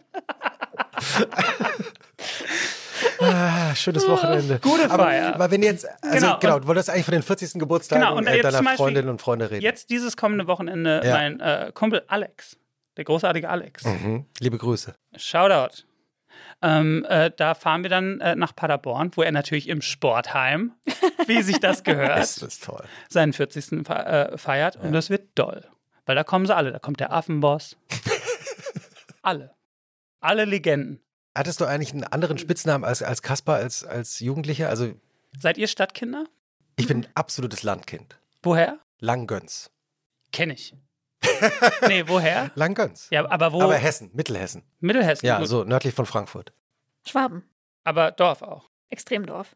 Ah, schönes Wochenende.
Gute
aber,
Feier.
aber wenn jetzt, also
Genau,
genau,
und-
du wolltest eigentlich von den 40. Geburtstagen
Genau, und
äh,
jetzt
deiner
zum Beispiel-
Freundinnen und Freunde reden.
Jetzt dieses kommende Wochenende
Ja.
mein äh, Kumpel Alex, der großartige Alex.
Mhm. Liebe Grüße.
Shoutout. Ähm, äh, da fahren wir dann äh, nach Paderborn, wo er natürlich im Sportheim, wie sich das gehört,
Das ist toll.
seinen 40. fe- äh, feiert und das wird doll. Weil da kommen sie alle. Da kommt der Affenboss. alle. Alle Legenden.
Hattest du eigentlich einen anderen Spitznamen als, als Kasper, als, als Jugendlicher? Also,
Seid ihr Stadtkinder?
ich bin
Mhm.
ein absolutes Landkind.
Woher?
Langgöns.
Kenn ich. nee, woher?
Langgöns.
Ja, aber wo?
Aber Hessen, Mittelhessen.
Mittelhessen.
Ja,
gut.
so nördlich von Frankfurt.
Schwaben.
Aber Dorf auch.
Extremdorf.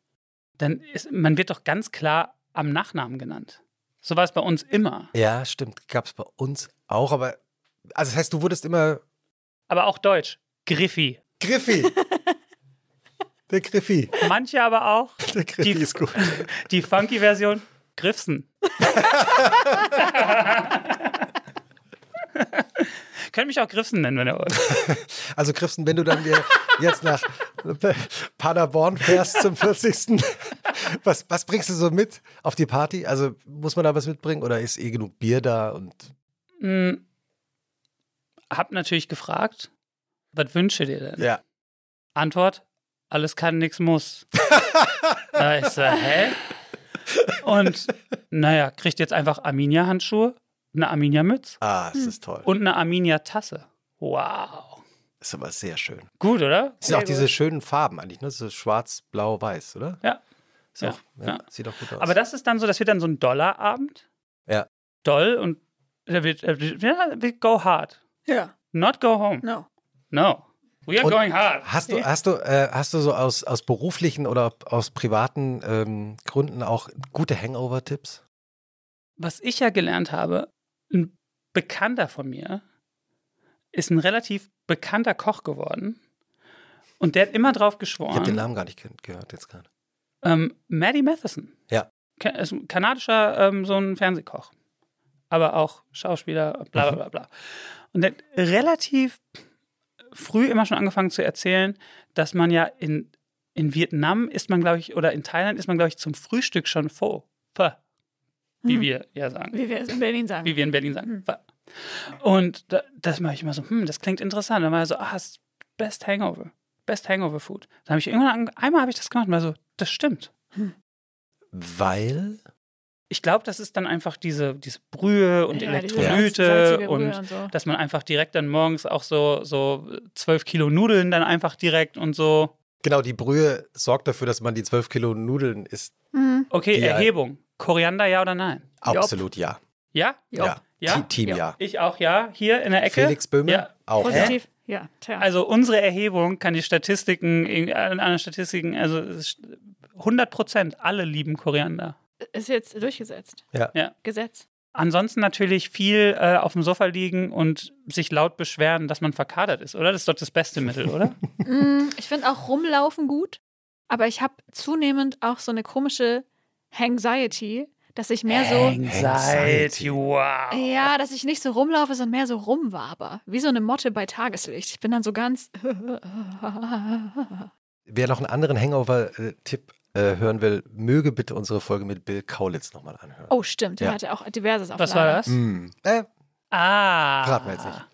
Dann ist, man wird doch ganz klar am Nachnamen genannt. So war es bei uns immer.
Ja, stimmt. Gab es bei uns auch, aber. Also, das heißt, du wurdest immer
Aber auch Deutsch. Griffi.
Griffi. Der Griffi.
Manche aber auch.
Der Griffi
Die-
ist gut.
Die funky Version. Griffsen. Können mich auch Griffsen nennen, wenn ihr wollt.
Also Griffsen, wenn du dann dir jetzt nach Paderborn fährst zum 40. Was, was bringst du so mit auf die Party? Also muss man da was mitbringen oder ist eh genug Bier da und
Hm. Hab natürlich gefragt, was wünsche dir denn?
ja.
Antwort: Alles kann, nichts muss. da ich so, hä? Und naja, kriegt jetzt einfach Arminia-Handschuhe, eine Arminia-Mütze
Ah, es ist toll.
und eine Arminia-Tasse. Wow.
Ist aber sehr schön.
Gut, oder?
Es sind auch
gut.
diese schönen Farben eigentlich, ne? So schwarz, blau, weiß, oder?
Ja.
Ist
Ja,
Auch, ja,
ja.
Sieht auch gut aus.
Aber das ist dann so, das wird dann so ein Dollarabend.
Ja.
doll und er wird, er wird, ja, wir go hard.
Ja. genau.
Not go home.
No.
No. We are
Und
going hard.
Hast du, hast du, äh, hast du so aus, aus beruflichen oder aus privaten ähm, Gründen auch gute Hangover-Tipps?
Was ich ja gelernt habe, ein Bekannter von mir ist ein relativ bekannter Koch geworden. Und der hat immer drauf
Ich habe den
geschworen.
Namen gar nicht ge gehört jetzt gerade.
Ähm, Maddie Matheson.
Ja.
Ka- Ist ein kanadischer, ähm, so ein Fernsehkoch. Aber auch Schauspieler, bla bla bla bla. Und der hat relativ früh immer schon angefangen zu erzählen, dass man ja in, in Vietnam ist man, glaube ich, oder in Thailand ist man, glaube ich, zum Frühstück schon Pho. Pho.
Mhm.
Wie wir ja sagen
Hm. Wie wir es in Berlin sagen.
wie wir in Berlin sagen. Und da, das mache ich immer so, hm, das klingt interessant. Dann war er so, ah, das ist Best Hangover. Best Hangover Food. Dann habe ich irgendwann, an, einmal habe ich das gemacht und war so, das stimmt.
Weil?
Ich glaube, das ist dann einfach diese, diese Brühe und
diese
Elektrolyte
salzige Brühe
und
und so.
dass man einfach direkt dann morgens auch so, so 12 Kilo Nudeln dann einfach direkt und so.
Genau, die Brühe sorgt dafür, dass man die 12 Kilo Nudeln isst.
Mhm.
Okay,
Ja.
Erhebung. Koriander ja oder nein?
Jopp.
Absolut ja.
Ja?
Ja.
Ja?
Team- Team ja.
Ich auch ja. Hier in der Ecke.
Felix Böhme?
Ja.
Auch ja.
Positiv. Ja, tja.
Also unsere Erhebung kann die Statistiken, in anderen Statistiken, also es ist 100 Prozent, alle lieben Koriander.
ist jetzt durchgesetzt.
ja.
Gesetz.
Ansonsten natürlich viel äh, auf dem Sofa liegen und sich laut beschweren, dass man verkadert ist, oder? Das ist doch das beste Mittel, oder?
Mm, ich finde auch rumlaufen gut, aber ich habe zunehmend auch so eine komische Anxiety, dass ich mehr so.
Anxiety.
Anxiety, wow.
Ja, dass ich nicht so rumlaufe, sondern mehr so rumwaber. Wie so eine Motte bei Tageslicht. Ich bin dann so ganz.
Wer noch einen anderen Hangover-Tipp äh, hören will, möge bitte unsere Folge mit Bill Kaulitz nochmal anhören.
Oh, stimmt. Der
Ja.
hatte auch diverses auf
Was war
Lager.
das?
Mm. Äh,
Ah.
verraten wir jetzt nicht.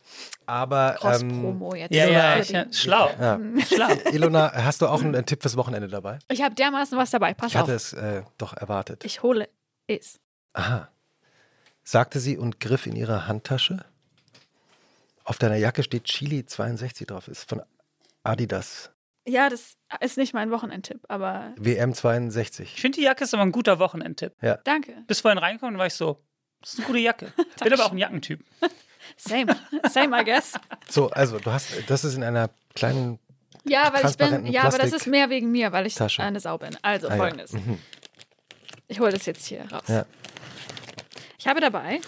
Aber ähm,
Cross-Promo jetzt.
Ja, ja,
Für
ich,
die-
ja, schlau,
ja.
schlau.
Ilona, hast du auch einen, äh, Tipp fürs Wochenende dabei?
ich habe dermaßen was dabei. Pass
Ich hatte
auf.
es äh, doch erwartet.
Ich hole es.
Aha. Sagte sie und griff in ihre Handtasche. Auf deiner Jacke steht Chili 62 drauf. Ist von Adidas.
Ja, das ist nicht mein Wochenendtipp, aber
WM 62.
Ich finde, die Jacke ist aber ein guter Wochenendtipp.
danke.
Bis vorhin reinkommen, war ich so, das ist eine gute Jacke. Bin aber auch ein Jackentyp.
Same. Same, I guess.
So, also du hast, das ist in einer kleinen
Ja, weil ich bin,
Transparenten
ja, aber das
Plastik-
ist mehr wegen mir, weil ich
Tasche.
eine Sau bin. Also
Ah, ja.
folgendes. Ich hole das jetzt hier raus.
Ja.
Ich habe dabei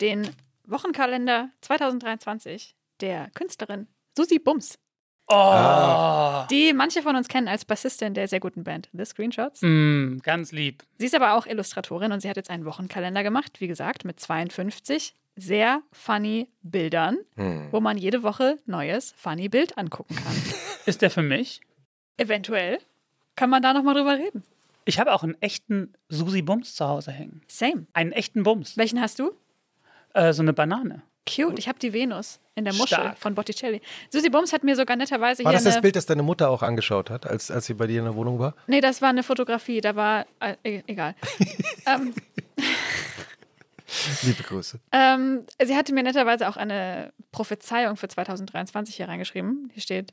den Wochenkalender 2023 der Künstlerin Susi Bums,
Oh.
Ah.
die manche von uns kennen als Bassistin der sehr guten Band The Screenshots.
Mm, ganz lieb.
Sie ist aber auch Illustratorin und sie hat jetzt einen Wochenkalender gemacht, wie gesagt, mit 52 sehr funny Bildern,
Hm.
wo man jede Woche neues funny Bild angucken kann.
Ist der für mich?
Eventuell kann man da nochmal drüber reden.
Ich habe auch einen echten Susi Bums zu Hause hängen.
Same.
Einen echten Bums.
Welchen hast du?
Äh, so eine Banane.
Cute, ich habe die Venus in der Muschel
Stark.
von Botticelli. Susi Bums hat mir sogar netterweise
War
hier
das das
eine.
Bild, das deine Mutter auch angeschaut hat, als, als sie bei dir in der Wohnung war?
Nee, das war eine Fotografie, da war. Äh, e- egal. ähm,
Liebe Grüße.
ähm, sie hatte mir netterweise auch eine Prophezeiung für 2023 hier reingeschrieben. Hier steht: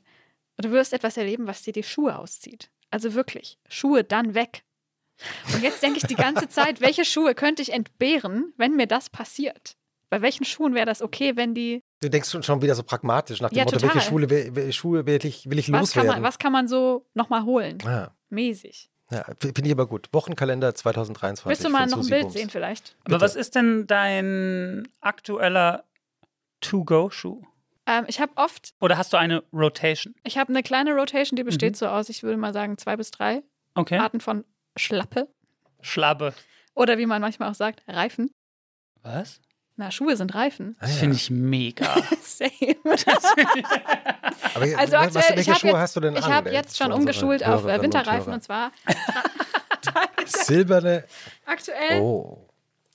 Du wirst etwas erleben, was dir die Schuhe auszieht. Also wirklich, Schuhe dann weg. Und jetzt denke ich die ganze Zeit, welche Schuhe könnte ich entbehren, wenn mir das passiert? Bei welchen Schuhen wäre das okay, wenn die.
Du denkst schon, schon wieder so pragmatisch nach dem
Ja,
Motto,
total.
welche Schule, wel- welche Schuhe will ich, will ich
Was kann,
loswerden?
man, was kann man so nochmal holen?
Ah,
Mäßig.
ja, f- finde ich aber gut. Wochenkalender 2023.
Willst du mal
von
noch ein
Susi
Bild
Bums.
sehen vielleicht?
Aber was ist denn dein aktueller To-Go-Schuh?
Ähm, ich habe oft,
Oder hast du eine Rotation?
ich habe eine kleine Rotation, die besteht so aus, ich würde mal sagen, zwei bis drei
Okay.
Arten von Schlappe.
Schlabbe.
Oder wie man manchmal auch sagt, Reifen.
Was?
Na, Schuhe sind Reifen.
Ah,
Das
ja.
finde ich mega.
Same.
Aber jetzt-
Also
ne? was,
aktuell, ich
welche
habe
Schuhe
jetzt,
hast du denn
ich
an?
hab
denn
jetzt schon
für unsere
umgeschult auf äh,
Hörerinnen und
Winterreifen
Hörer?
und zwar
Silberne.
aktuell,
Oh.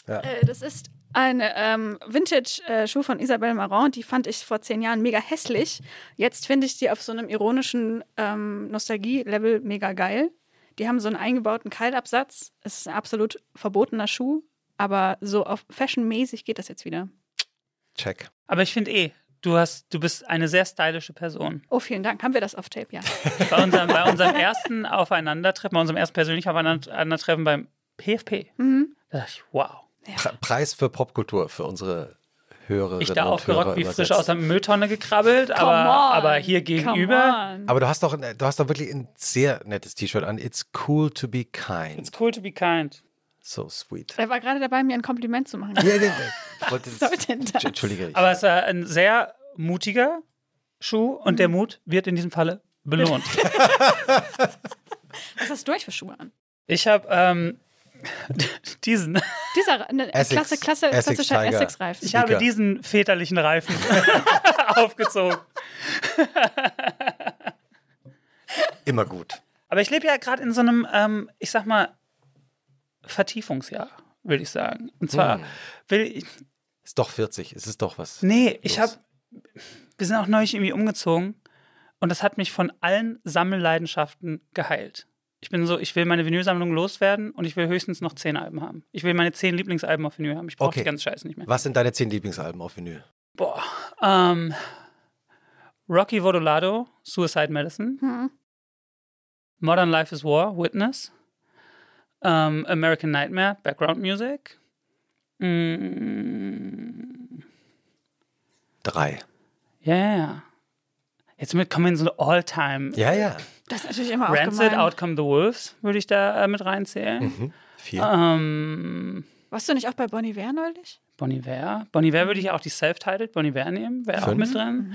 Ja.
äh, das ist eine ähm, Vintage-Schuh von Isabelle Marant, die fand ich vor zehn Jahren mega hässlich. Jetzt finde ich die auf so einem ironischen ähm, Nostalgie-Level mega geil. Die haben so einen eingebauten Keilabsatz. Es ist ein absolut verbotener Schuh, aber so auf fashionmäßig geht das jetzt wieder.
Check.
Aber ich finde eh, du, hast, du bist eine sehr stylische Person.
Oh, vielen Dank. Haben wir das auf Tape? Ja.
Bei unserem, bei unserem ersten Aufeinandertreffen, bei unserem ersten persönlichen Aufeinandertreffen beim PFP, da dachte ich, wow.
Pre Preis für Popkultur, für unsere Hörer.
Ich da auch gerockt wie frisch aus der Mülltonne gekrabbelt, aber, aber hier gegenüber.
Aber du hast doch, ein- du hast doch wirklich ein sehr nettes T-Shirt an. It's cool to be kind.
It's cool to be kind.
So sweet.
Er war gerade dabei, mir ein Kompliment zu machen.
Ja, ja, ja. Ich wollte-
soll denn das?
Entschuldige. ich-
Aber es war ein sehr mutiger Schuh und der Mut wird in diesem Falle belohnt.
Was hast du euch für Schuhe an?
Ich habe ähm, diesen,
Dieser ne,
Essex.
klasse, klasse,
Essex
klassischer
Tiger.
Essex-Reifen.
ich habe
Sneaker.
diesen väterlichen Reifen aufgezogen.
Immer gut.
Aber ich lebe ja gerade in so einem, ähm, ich sag mal, Vertiefungsjahr, würde ich sagen. Und zwar
Hm.
will ich,
Ist doch 40. Es ist doch was.
nee, ich habe,
Los.
wir sind auch neulich irgendwie umgezogen und das hat mich von allen Sammelleidenschaften geheilt. Ich bin so, ich will meine Vinylsammlung loswerden und ich will höchstens noch zehn Alben haben. Ich will meine zehn Lieblingsalben auf Vinyl haben. Ich brauche
Okay.
die ganze Scheiße nicht mehr.
Was sind deine 10 Lieblingsalben auf Vinyl?
Boah. Ähm, Rocky Vodolado, Suicide Medicine.
Hm.
Modern Life is War, Witness. Ähm, American Nightmare, Background Music. Mm,
Drei.
ja, ja, ja. Jetzt mit- kommen wir in so eine All-Time.
Ja, ja.
Das ist natürlich immer auch
Rancid,
gemein.
Outcome the Wolves würde ich da äh, mit reinzählen.
Mhm. Vier.
Ah.
Ähm,
Warst du nicht auch bei Bonnie Ware neulich?
Bon Iver. Bon Iver würde ich auch die Self-Titled Bon Iver nehmen. Wäre auch
Fünf.
mit drin.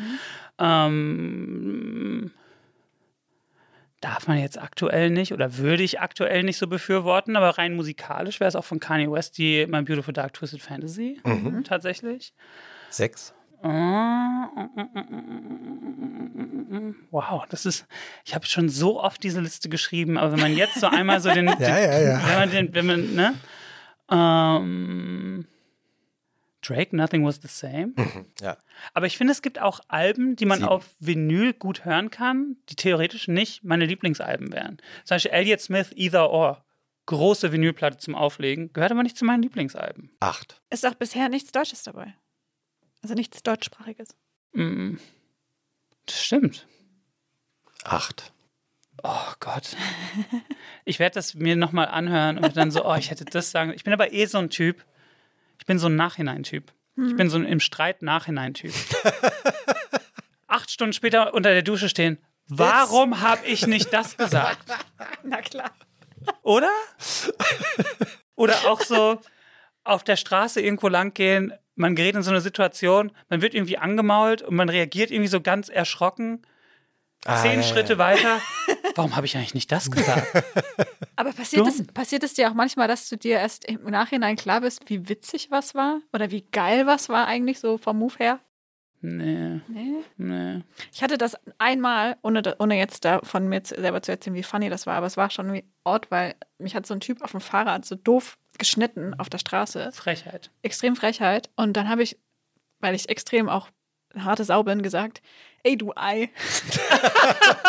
Ähm, darf man jetzt aktuell nicht oder würde ich aktuell nicht so befürworten, aber rein musikalisch wäre es auch von Kanye West die My Beautiful Dark Twisted Fantasy
Mhm.
tatsächlich.
Sechs.
Wow, das ist, ich habe schon so oft diese Liste geschrieben, aber wenn man jetzt so einmal so den,
Ja, ja, ja.
wenn man den, wenn man, ne? Ähm, Drake, Nothing Was the Same.
Mhm. Ja.
Aber ich finde, es gibt auch Alben, die man
Sieben.
auf Vinyl gut hören kann, die theoretisch nicht meine Lieblingsalben wären. Zum Beispiel Elliott Smith, Either Or. Große Vinylplatte zum Auflegen, gehört aber nicht zu meinen Lieblingsalben.
Acht.
Ist auch bisher nichts Deutsches dabei. Also nichts Deutschsprachiges.
Mm. Das stimmt.
Acht.
Oh Gott. Ich werde das mir nochmal anhören und dann so, oh, ich hätte das sagen. Ich bin aber eh so ein Typ. Ich bin so ein Nachhinein-Typ. Ich bin so ein im Streit Nachhinein-Typ. Acht Stunden später unter der Dusche stehen. Warum habe ich nicht das gesagt?
Na klar.
Oder? Oder auch so auf der Straße irgendwo lang gehen, man gerät in so eine Situation, man wird irgendwie angemault und man reagiert irgendwie so ganz erschrocken.
Ah,
Zehn
ja, ja,
Schritte
ja.
weiter. Warum habe ich eigentlich nicht das gesagt?
Aber passiert
Dumm.
es, passiert es dir auch manchmal, dass du dir erst im Nachhinein klar bist, wie witzig was war? Oder wie geil was war eigentlich so vom Move her?
Nee,
Nee.
nee.
Ich hatte das einmal, ohne, da- ohne jetzt da von mir zu, selber zu erzählen, wie funny das war, aber es war schon wie Ort, weil mich hat so ein Typ auf dem Fahrrad so doof geschnitten auf der Straße.
Frechheit.
Extrem Frechheit. Und dann habe ich, weil ich extrem auch eine harte Sau bin, gesagt, ey du Ei.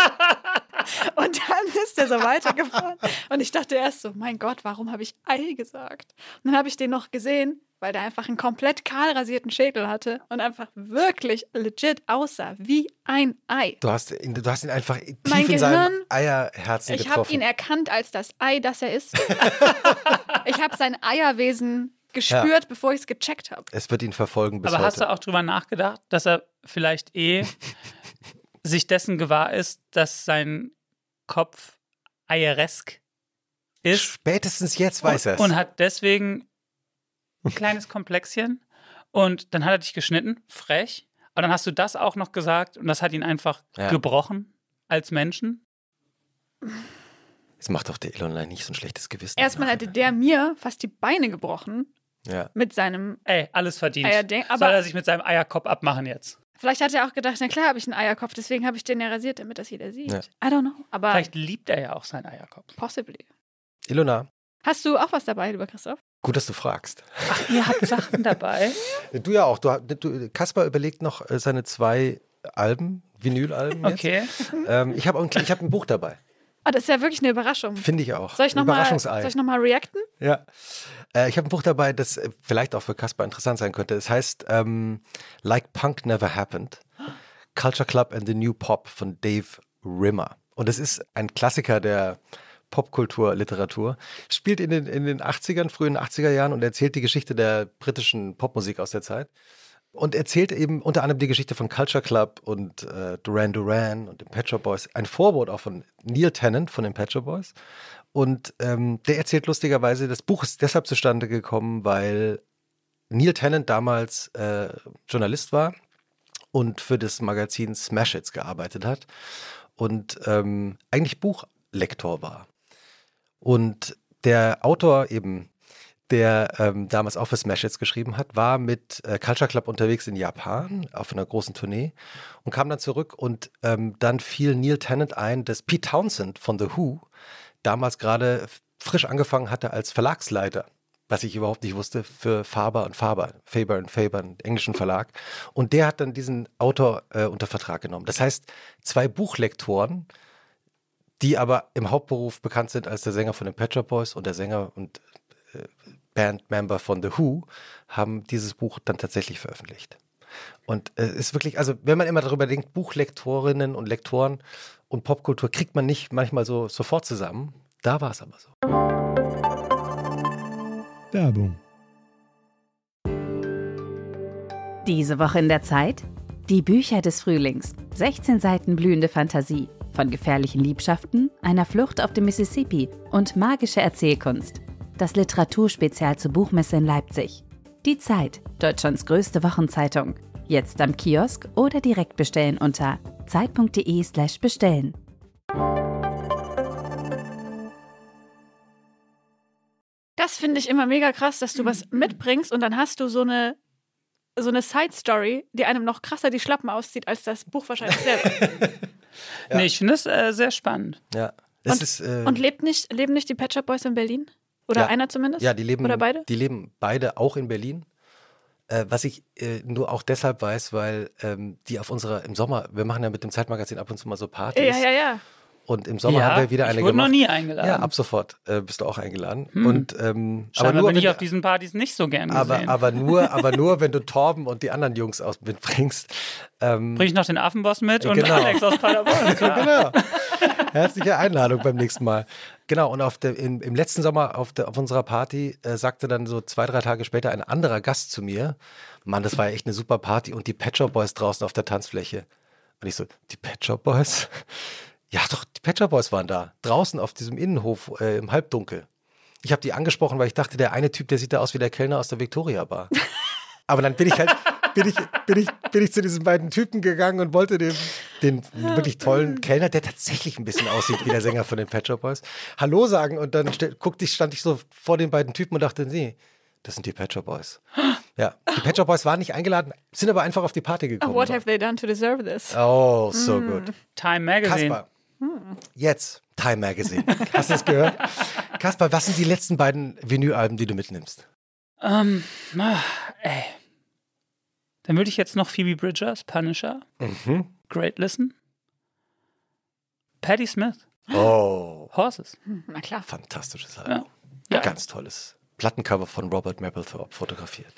und dann ist er so weitergefahren. Und ich dachte erst so, mein Gott, warum habe ich Ei gesagt? Und dann habe ich den noch gesehen, weil der einfach einen komplett kahl rasierten Schädel hatte und einfach wirklich legit aussah wie ein Ei.
Du hast, ihn, du hast ihn einfach tief
Mein
in seinem
Gehirn-
Eierherzen
Ich habe
getroffen.
ihn erkannt als das Ei, das er ist. ich habe sein Eierwesen gespürt, bevor ich es gecheckt habe.
es wird ihn verfolgen bis
Aber
heute.
hast du auch drüber nachgedacht, dass er vielleicht eh sich dessen gewahr ist, dass sein Kopf eieresk ist?
Spätestens jetzt weiß er es.
Und hat deswegen ein kleines Komplexchen. Und dann hat er dich geschnitten, frech. Aber dann hast du das auch noch gesagt und das hat ihn einfach
Ja.
gebrochen als Menschen.
Jetzt macht doch der Elon nicht so ein schlechtes Gewissen.
Erstmal hatte der mir fast die Beine gebrochen
Ja.
mit seinem.
Ey, alles verdient.
Eierding- aber-
Soll er sich mit seinem Eierkopf abmachen jetzt?
Vielleicht hat er auch gedacht, na klar habe ich einen Eierkopf, deswegen habe ich den ja rasiert, damit das jeder sieht.
Ja.
I don't know. Aber
Vielleicht liebt er ja auch seinen Eierkopf.
possibly.
Ilona,
Hast du auch was dabei, lieber Christoph?
gut, dass du fragst.
Ach, ihr habt Sachen dabei.
Du ja auch. Du, du, Kaspar überlegt noch äh, seine zwei Alben, Vinylalben. jetzt.
Okay.
Ähm, ich habe ich hab ein Buch dabei.
Oh, das ist ja wirklich eine Überraschung.
Finde ich auch.
Soll ich nochmal
Überraschungsei.
noch mal reacten?
Ja. Äh, ich habe ein Buch dabei, das äh, vielleicht auch für Caspar interessant sein könnte. Es heißt ähm, Like Punk Never Happened: Culture Club and the New Pop von Dave Rimmer. Und es ist ein Klassiker der Popkultur, Literatur. Spielt in den, in den 80ern, frühen 80er Jahren und erzählt die Geschichte der britischen Popmusik aus der Zeit. Und erzählt eben unter anderem die Geschichte von Culture Club und äh, Duran Duran und den Pet Shop Boys. Ein Vorwort auch von Neil Tennant von den Pet Shop Boys. Und ähm, der erzählt lustigerweise, das Buch ist deshalb zustande gekommen, weil Neil Tennant damals äh, Journalist war und für das Magazin Smash Hits gearbeitet hat und ähm, eigentlich Buchlektor war. Und der Autor eben, der ähm, damals auch für Smash Hits geschrieben hat, war mit äh, Culture Club unterwegs in Japan auf einer großen Tournee und kam dann zurück und ähm, dann fiel Neil Tennant ein, dass Pete Townsend von The Who damals gerade f- frisch angefangen hatte als Verlagsleiter, was ich überhaupt nicht wusste, für Faber und Faber, Faber und Faber, einen englischen Verlag. Und der hat dann diesen Autor äh, unter Vertrag genommen. Das heißt, zwei Buchlektoren, die aber im Hauptberuf bekannt sind als der Sänger von den Pet Shop Boys und der Sänger und äh, Bandmember von The Who, haben dieses Buch dann tatsächlich veröffentlicht. Und es ist wirklich, also wenn man immer darüber denkt, Buchlektorinnen und Lektoren und Popkultur kriegt man nicht manchmal so sofort zusammen. Da war es aber so.
Werbung.
Diese Woche in der Zeit? Die Bücher des Frühlings. 16 Seiten blühende Fantasie. Von gefährlichen Liebschaften, einer Flucht auf dem Mississippi und magische Erzählkunst. Das Literaturspezial zur Buchmesse in Leipzig. Die Zeit, Deutschlands größte Wochenzeitung. Jetzt am Kiosk oder direkt bestellen unter zeit.de/slash bestellen.
Das finde ich immer mega krass, dass du was mitbringst und dann hast du so eine, so eine Side-Story, die einem noch krasser die Schlappen auszieht als das Buch wahrscheinlich selber.
Nee, ich finde das äh, sehr spannend.
Ja. Es
Und,
ist, äh,
und lebt nicht, leben nicht die Pet Shop Boys in Berlin? Oder
Ja.
einer zumindest?
ja, die leben,
Oder beide?
Die leben beide auch in Berlin. Äh, was ich äh, nur auch deshalb weiß, weil ähm, die auf unserer, im Sommer, wir machen ja mit dem Zeitmagazin ab und zu mal so Partys.
ja, ja, ja.
Und im Sommer
ja,
haben wir wieder eine
ich wurde
gemacht.
noch nie eingeladen. Hm.
ja, ab sofort äh, bist du auch eingeladen. Und, ähm,
Scheinbar
aber nur,
bin
wenn-
ich auf diesen Partys nicht so gern
aber,
gesehen.
aber, nur, aber nur, wenn du Torben und die anderen Jungs aus mitbringst. Ähm,
Bring ich noch den Affenboss mit und
Genau.
Alex aus Paderborn. klar.
genau. Herzliche Einladung beim nächsten Mal. Genau, und auf der, im, im letzten Sommer auf, der, auf unserer Party äh, sagte dann so zwei, drei Tage später ein anderer Gast zu mir: Mann, das war ja echt eine super Party und die Pet Shop Boys draußen auf der Tanzfläche. Und ich so: Die Pet Shop Boys? Ja, doch, die Pet Shop Boys waren da. Draußen auf diesem Innenhof äh, im Halbdunkel. Ich habe die angesprochen, weil ich dachte, der eine Typ, der sieht da aus wie der Kellner aus der Victoria Bar. Aber dann bin ich halt, bin ich, bin ich, bin ich zu diesen beiden Typen gegangen und wollte den, den wirklich tollen Kellner, der tatsächlich ein bisschen aussieht wie der Sänger von den Pet Shop Boys, Hallo sagen. Und dann stell, guckte ich, stand ich so vor den beiden Typen und dachte, nee, das sind die Pet Shop Boys. Ja, die Pet Shop Boys waren nicht eingeladen, sind aber einfach auf die Party gekommen.
What have Mm. they done to deserve this?
oh, so gut.
Time Magazine.
Kaspar, Hm. jetzt Time Magazine. Hast du es gehört? Kaspar, was sind die letzten beiden Vinylalben, die du mitnimmst?
Ähm, ah, ey. Dann würde ich jetzt noch Phoebe Bridgers, Punisher,
Mhm.
Great Listen, Patti Smith,
Oh.
Horses.
Na klar.
Fantastisches Album.
Ja.
Ganz tolles. Plattencover von Robert Mapplethorpe fotografiert.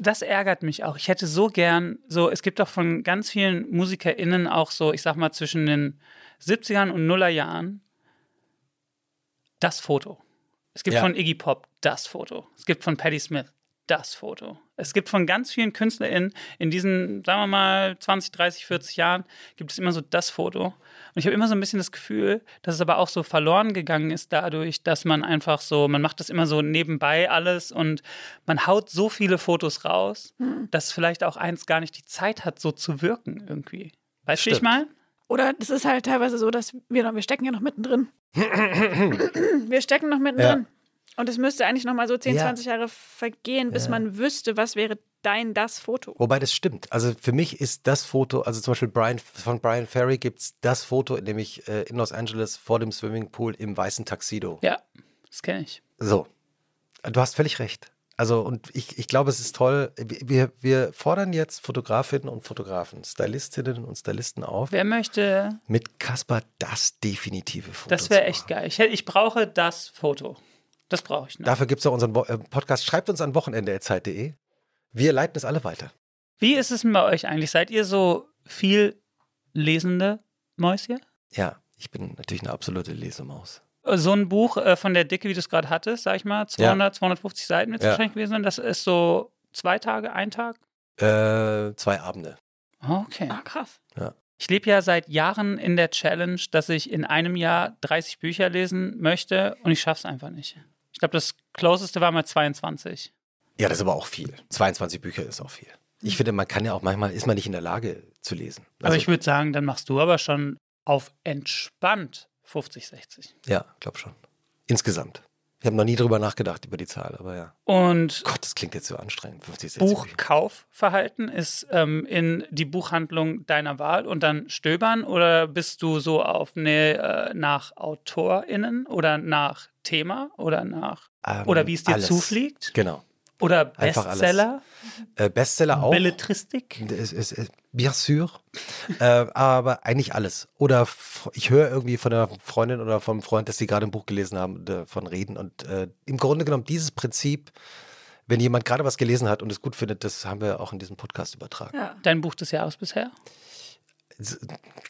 Das ärgert mich auch. Ich hätte so gern, so, es gibt doch von ganz vielen MusikerInnen auch so, ich sag mal, zwischen den 70ern und Nullerjahren das Foto. Es gibt
Ja.
von Iggy Pop das Foto. Es gibt von Patti Smith das Foto. Es gibt von ganz vielen KünstlerInnen in diesen, sagen wir mal, 20, 30, 40 Jahren, gibt es immer so das Foto. Und ich habe immer so ein bisschen das Gefühl, dass es aber auch so verloren gegangen ist dadurch, dass man einfach so, man macht das immer so nebenbei alles und man haut so viele Fotos raus, dass vielleicht auch eins gar nicht die Zeit hat, so zu wirken irgendwie. Weißt du, wie ich
Stimmt.
meine?
Oder das ist halt teilweise so, dass wir noch, wir stecken ja noch mittendrin. wir stecken noch mittendrin. Und es müsste eigentlich noch mal so 10,
Ja.
20 Jahre vergehen, bis man wüsste, was wäre dein das Foto.
Wobei das stimmt. Also für mich ist das Foto, also zum Beispiel Brian, von Brian Ferry gibt es das Foto, in dem ich äh, in Los Angeles vor dem Swimmingpool im weißen Tuxedo.
Ja, das kenne ich.
So. Äh, Du hast völlig recht. Also, und ich, ich glaube, es ist toll. Wir, wir fordern jetzt Fotografinnen und Fotografen, Stylistinnen und Stylisten auf,
Wer möchte
mit Kaspar das definitive Foto.
Das
zu
wäre
machen.
echt geil. Ich, hätt- ich brauche das Foto. Das brauche ich noch.
Dafür gibt es auch unseren Wo- äh, Podcast. Schreibt uns an wochenende.zeit.de. Wir leiten es alle weiter.
Wie ist es denn bei euch eigentlich? Seid ihr so viel lesende Mäuschen?
Ja, ich bin natürlich eine absolute Lesemaus.
so ein Buch äh, von der Dicke, wie du es gerade hattest, sag ich mal, 200, 250 Seiten wird es
Ja.
wahrscheinlich gewesen sein. Das ist so zwei Tage, ein Tag.
Äh, zwei Abende.
Okay.
Ah, krass.
Ich lebe ja seit Jahren in der Challenge, dass ich in einem Jahr 30 Bücher lesen möchte und ich schaffe es einfach nicht. Ich glaube, das Closeste war mal 22.
Ja, das ist aber auch viel. 22 Bücher ist auch viel. Ich finde, man kann ja auch manchmal, ist man nicht in der Lage zu lesen.
Mhm.
Also
Aber ich würde sagen, dann machst du aber schon auf entspannt 50, 60.
ja, glaub schon. Insgesamt. Ich habe noch nie drüber nachgedacht, über die Zahl, aber ja.
Und
Gott, das klingt jetzt so anstrengend. 50, 60 Bücher.
Buchkaufverhalten ist ähm, in die Buchhandlung deiner Wahl und dann stöbern oder bist du so auf nee, äh, nach AutorInnen oder nach Thema oder nach
Ähm,
oder wie es dir
alles.
zufliegt
Genau.
oder
Einfach alles.
Bestseller,
Äh, Bestseller auch. Hm.
Belletristik.
Es, es, es, bien sûr. äh, aber eigentlich alles. Oder f- ich höre irgendwie von einer Freundin oder vom Freund, dass sie gerade ein Buch gelesen haben, davon reden. Und äh, im Grunde genommen dieses Prinzip, wenn jemand gerade was gelesen hat und es gut findet, das haben wir auch in diesem Podcast übertragen.
Ja.
Dein Buch des Jahres bisher?
S-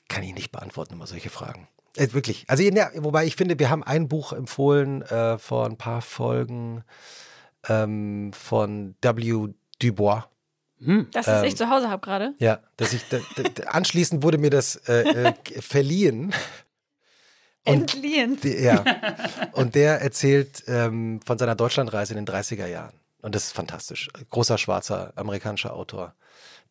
Kann ich nicht beantworten, immer solche Fragen. Äh, wirklich. Also, ja, wobei ich finde, wir haben ein Buch empfohlen äh, vor ein paar Folgen ähm, von W. Du Bois.
Das, was
Ähm,
ich zu Hause habe gerade.
Ja, dass ich da, da, da- anschließend wurde mir das äh, äh, verliehen. Und,
Entliehen.
die- ja, und der erzählt ähm, von seiner Deutschlandreise in den 30er Jahren. Und das ist fantastisch. Großer schwarzer amerikanischer Autor,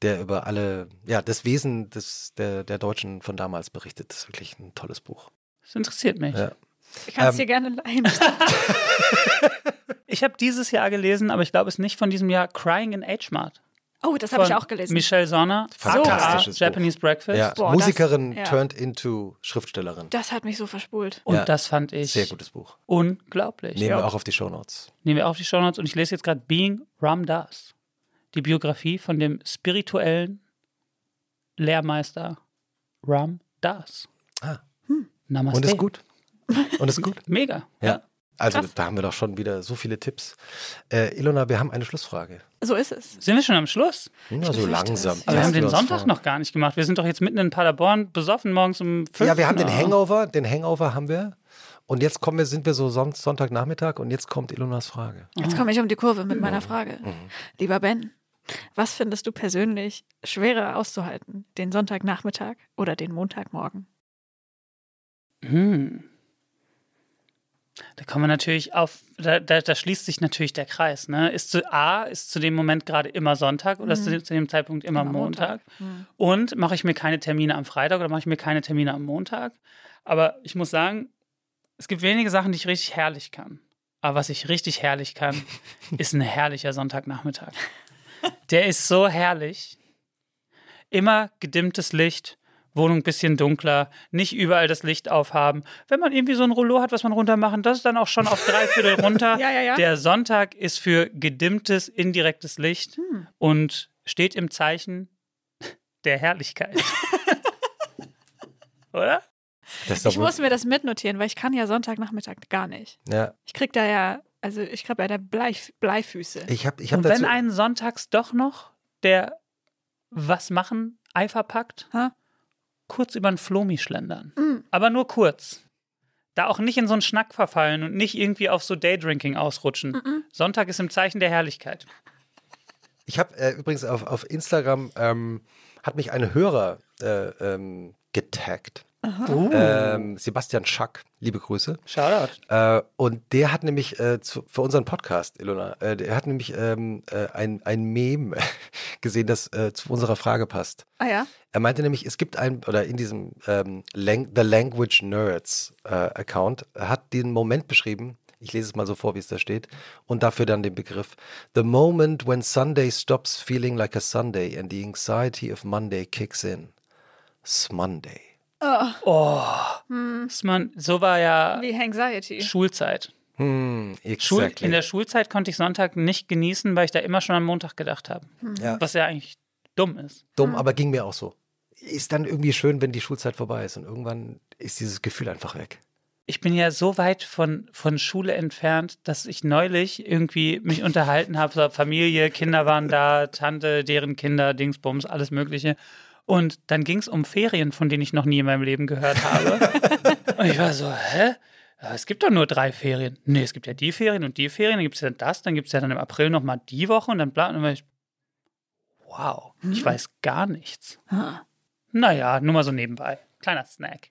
der über alle, ja, das Wesen des, der, der Deutschen von damals berichtet. Das ist wirklich ein tolles Buch.
Das interessiert mich.
Ja.
Ich kann es
ähm,
dir gerne leihen.
Ich habe dieses Jahr gelesen, aber ich glaube es ist nicht von diesem Jahr, Crying in H Mart.
Oh, das habe
Von
ich auch gelesen.
Michelle Sonner, aka
Fantastisches Buch.
Japanese Breakfast.
Ja,
Boah, das-
Musikerin
ja.
turned into Schriftstellerin.
Das hat mich so verspult.
Und
Ja.
das fand ich
Sehr gutes Buch.
unglaublich.
Nehmen wir auch auf die Shownotes.
nehmen wir auf die Shownotes und ich lese jetzt gerade Being Ram Das, die Biografie von dem spirituellen Lehrmeister Ram Das.
Ah.
Namaste.
Und ist gut. Und ist gut.
Mega.
Ja. Also
Krass.
da haben wir doch schon wieder so viele Tipps. Äh, Ilona, wir haben eine Schlussfrage.
So ist es.
Sind wir schon am Schluss?
Na, so
befürchte
langsam.
es.
Aber wir haben den
Erst
Sonntag
vor-
noch gar nicht gemacht. Wir sind doch jetzt mitten in Paderborn, besoffen morgens um 5.
Ja, wir haben den Hangover, den Hangover haben wir. Und jetzt kommen wir, sind wir so Son Sonntagnachmittag und jetzt kommt Ilonas Frage.
Jetzt komme ich um die Kurve mit
Mhm.
meiner Frage. Lieber Ben, was findest du persönlich schwerer auszuhalten? Den Sonntagnachmittag oder den Montagmorgen?
Hm. Da kommen wir natürlich auf, da, da, da schließt sich natürlich der Kreis. Ne? Ist zu A, ist zu dem Moment gerade immer Sonntag oder ist zu dem, zu dem Zeitpunkt Mhm. immer,
Immer
Montag?
Montag. Hm.
Und mache ich mir keine Termine am Freitag oder mache ich mir keine Termine am Montag? Aber ich muss sagen, es gibt wenige Sachen, die ich richtig herrlich kann. Aber was ich richtig herrlich kann, ist ein herrlicher Sonntagnachmittag. Der ist so herrlich. Immer gedimmtes Licht, Wohnung ein bisschen dunkler, nicht überall das Licht aufhaben. Wenn man irgendwie so ein Rouleau hat, was man runter machen, das ist dann auch schon auf drei Viertel runter.
Ja, ja, ja.
Der Sonntag ist für gedimmtes, indirektes Licht
Hm.
und steht im Zeichen der Herrlichkeit. Oder?
Das ist doch
Ich
wohl-
muss mir das mitnotieren, weil ich kann ja Sonntagnachmittag gar nicht.
ja,
Ich krieg da ja, also ich krieg ja da Bleif Bleifüße.
ich habe ich hab
und wenn
dazu,
einen sonntags doch noch der was machen Eifer packt,
Ha? Hm.
kurz über den Flomi schlendern. Aber nur kurz. Da auch nicht in so einen Schnack verfallen und nicht irgendwie auf so Daydrinking ausrutschen. Sonntag ist im Zeichen der Herrlichkeit.
ich hab, äh, übrigens auf, auf Instagram ähm, hat mich ein Hörer äh, ähm, getaggt. Ähm, Sebastian Schack, liebe Grüße.
Shoutout.
Äh, und der hat nämlich äh, zu, für unseren Podcast, Ilona, äh, der hat nämlich ähm, äh, ein, ein Meme gesehen, das äh, zu unserer Frage passt.
Ah ja?
Er meinte nämlich, es gibt ein, oder in diesem ähm, Lang The Language Nerds äh, Account, hat den Moment beschrieben, ich lese es mal so vor, wie es da steht, und dafür dann den Begriff, The moment when Sunday stops feeling like a Sunday and the anxiety of Monday kicks in. Smonday.
Ist man, so war ja
Wie Anxiety.
Schulzeit.
Hm,
Schul
exactly.
In der Schulzeit konnte ich Sonntag nicht genießen, weil ich da immer schon am Montag gedacht habe.
Ja.
Was Ah. ja eigentlich dumm ist.
Dumm, aber ging mir auch so. Ist dann irgendwie schön, wenn die Schulzeit vorbei ist und irgendwann ist dieses Gefühl einfach weg.
ich bin ja so weit von, von Schule entfernt, dass ich neulich irgendwie mich unterhalten habe. So Familie, Kinder waren da, Tante, deren Kinder, Dingsbums, alles Mögliche. Und dann ging es um Ferien, von denen ich noch nie in meinem Leben gehört habe. Und ich war so, hä? "Ja, es gibt doch nur drei Ferien. Nee, es gibt ja die Ferien und die Ferien, dann gibt es ja das, dann gibt es ja dann im April nochmal die Woche und dann bla. Und dann war ich, wow, ich weiß gar nichts.
Ah.
Naja, nur mal so nebenbei. Kleiner Snack.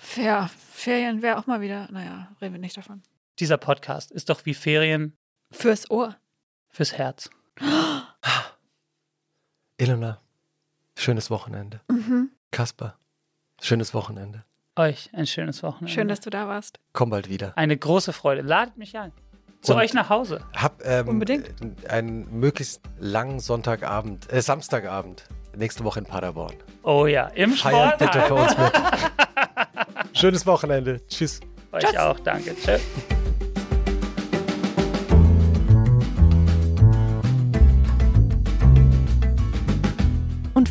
Fair. Ferien wäre auch mal wieder, naja, reden wir nicht davon.
Dieser Podcast ist doch wie Ferien
Fürs Ohr.
fürs Herz.
Ilona, schönes Wochenende. Kasper, schönes Wochenende.
Euch ein schönes Wochenende.
Mhm.
Schön, dass du da warst.
Komm bald wieder.
Eine große Freude. Ladet mich ein. Zu
Und-
euch nach Hause.
Hab ähm,
Unbedingt.
äh, einen möglichst langen Sonntagabend, äh, Samstagabend, nächste Woche in Paderborn.
Oh ja, im
Feiert
Sport.
bitte für uns mit. Schönes Wochenende. Tschüss.
Euch
Tschüss.
auch, danke. Tschüss.
Und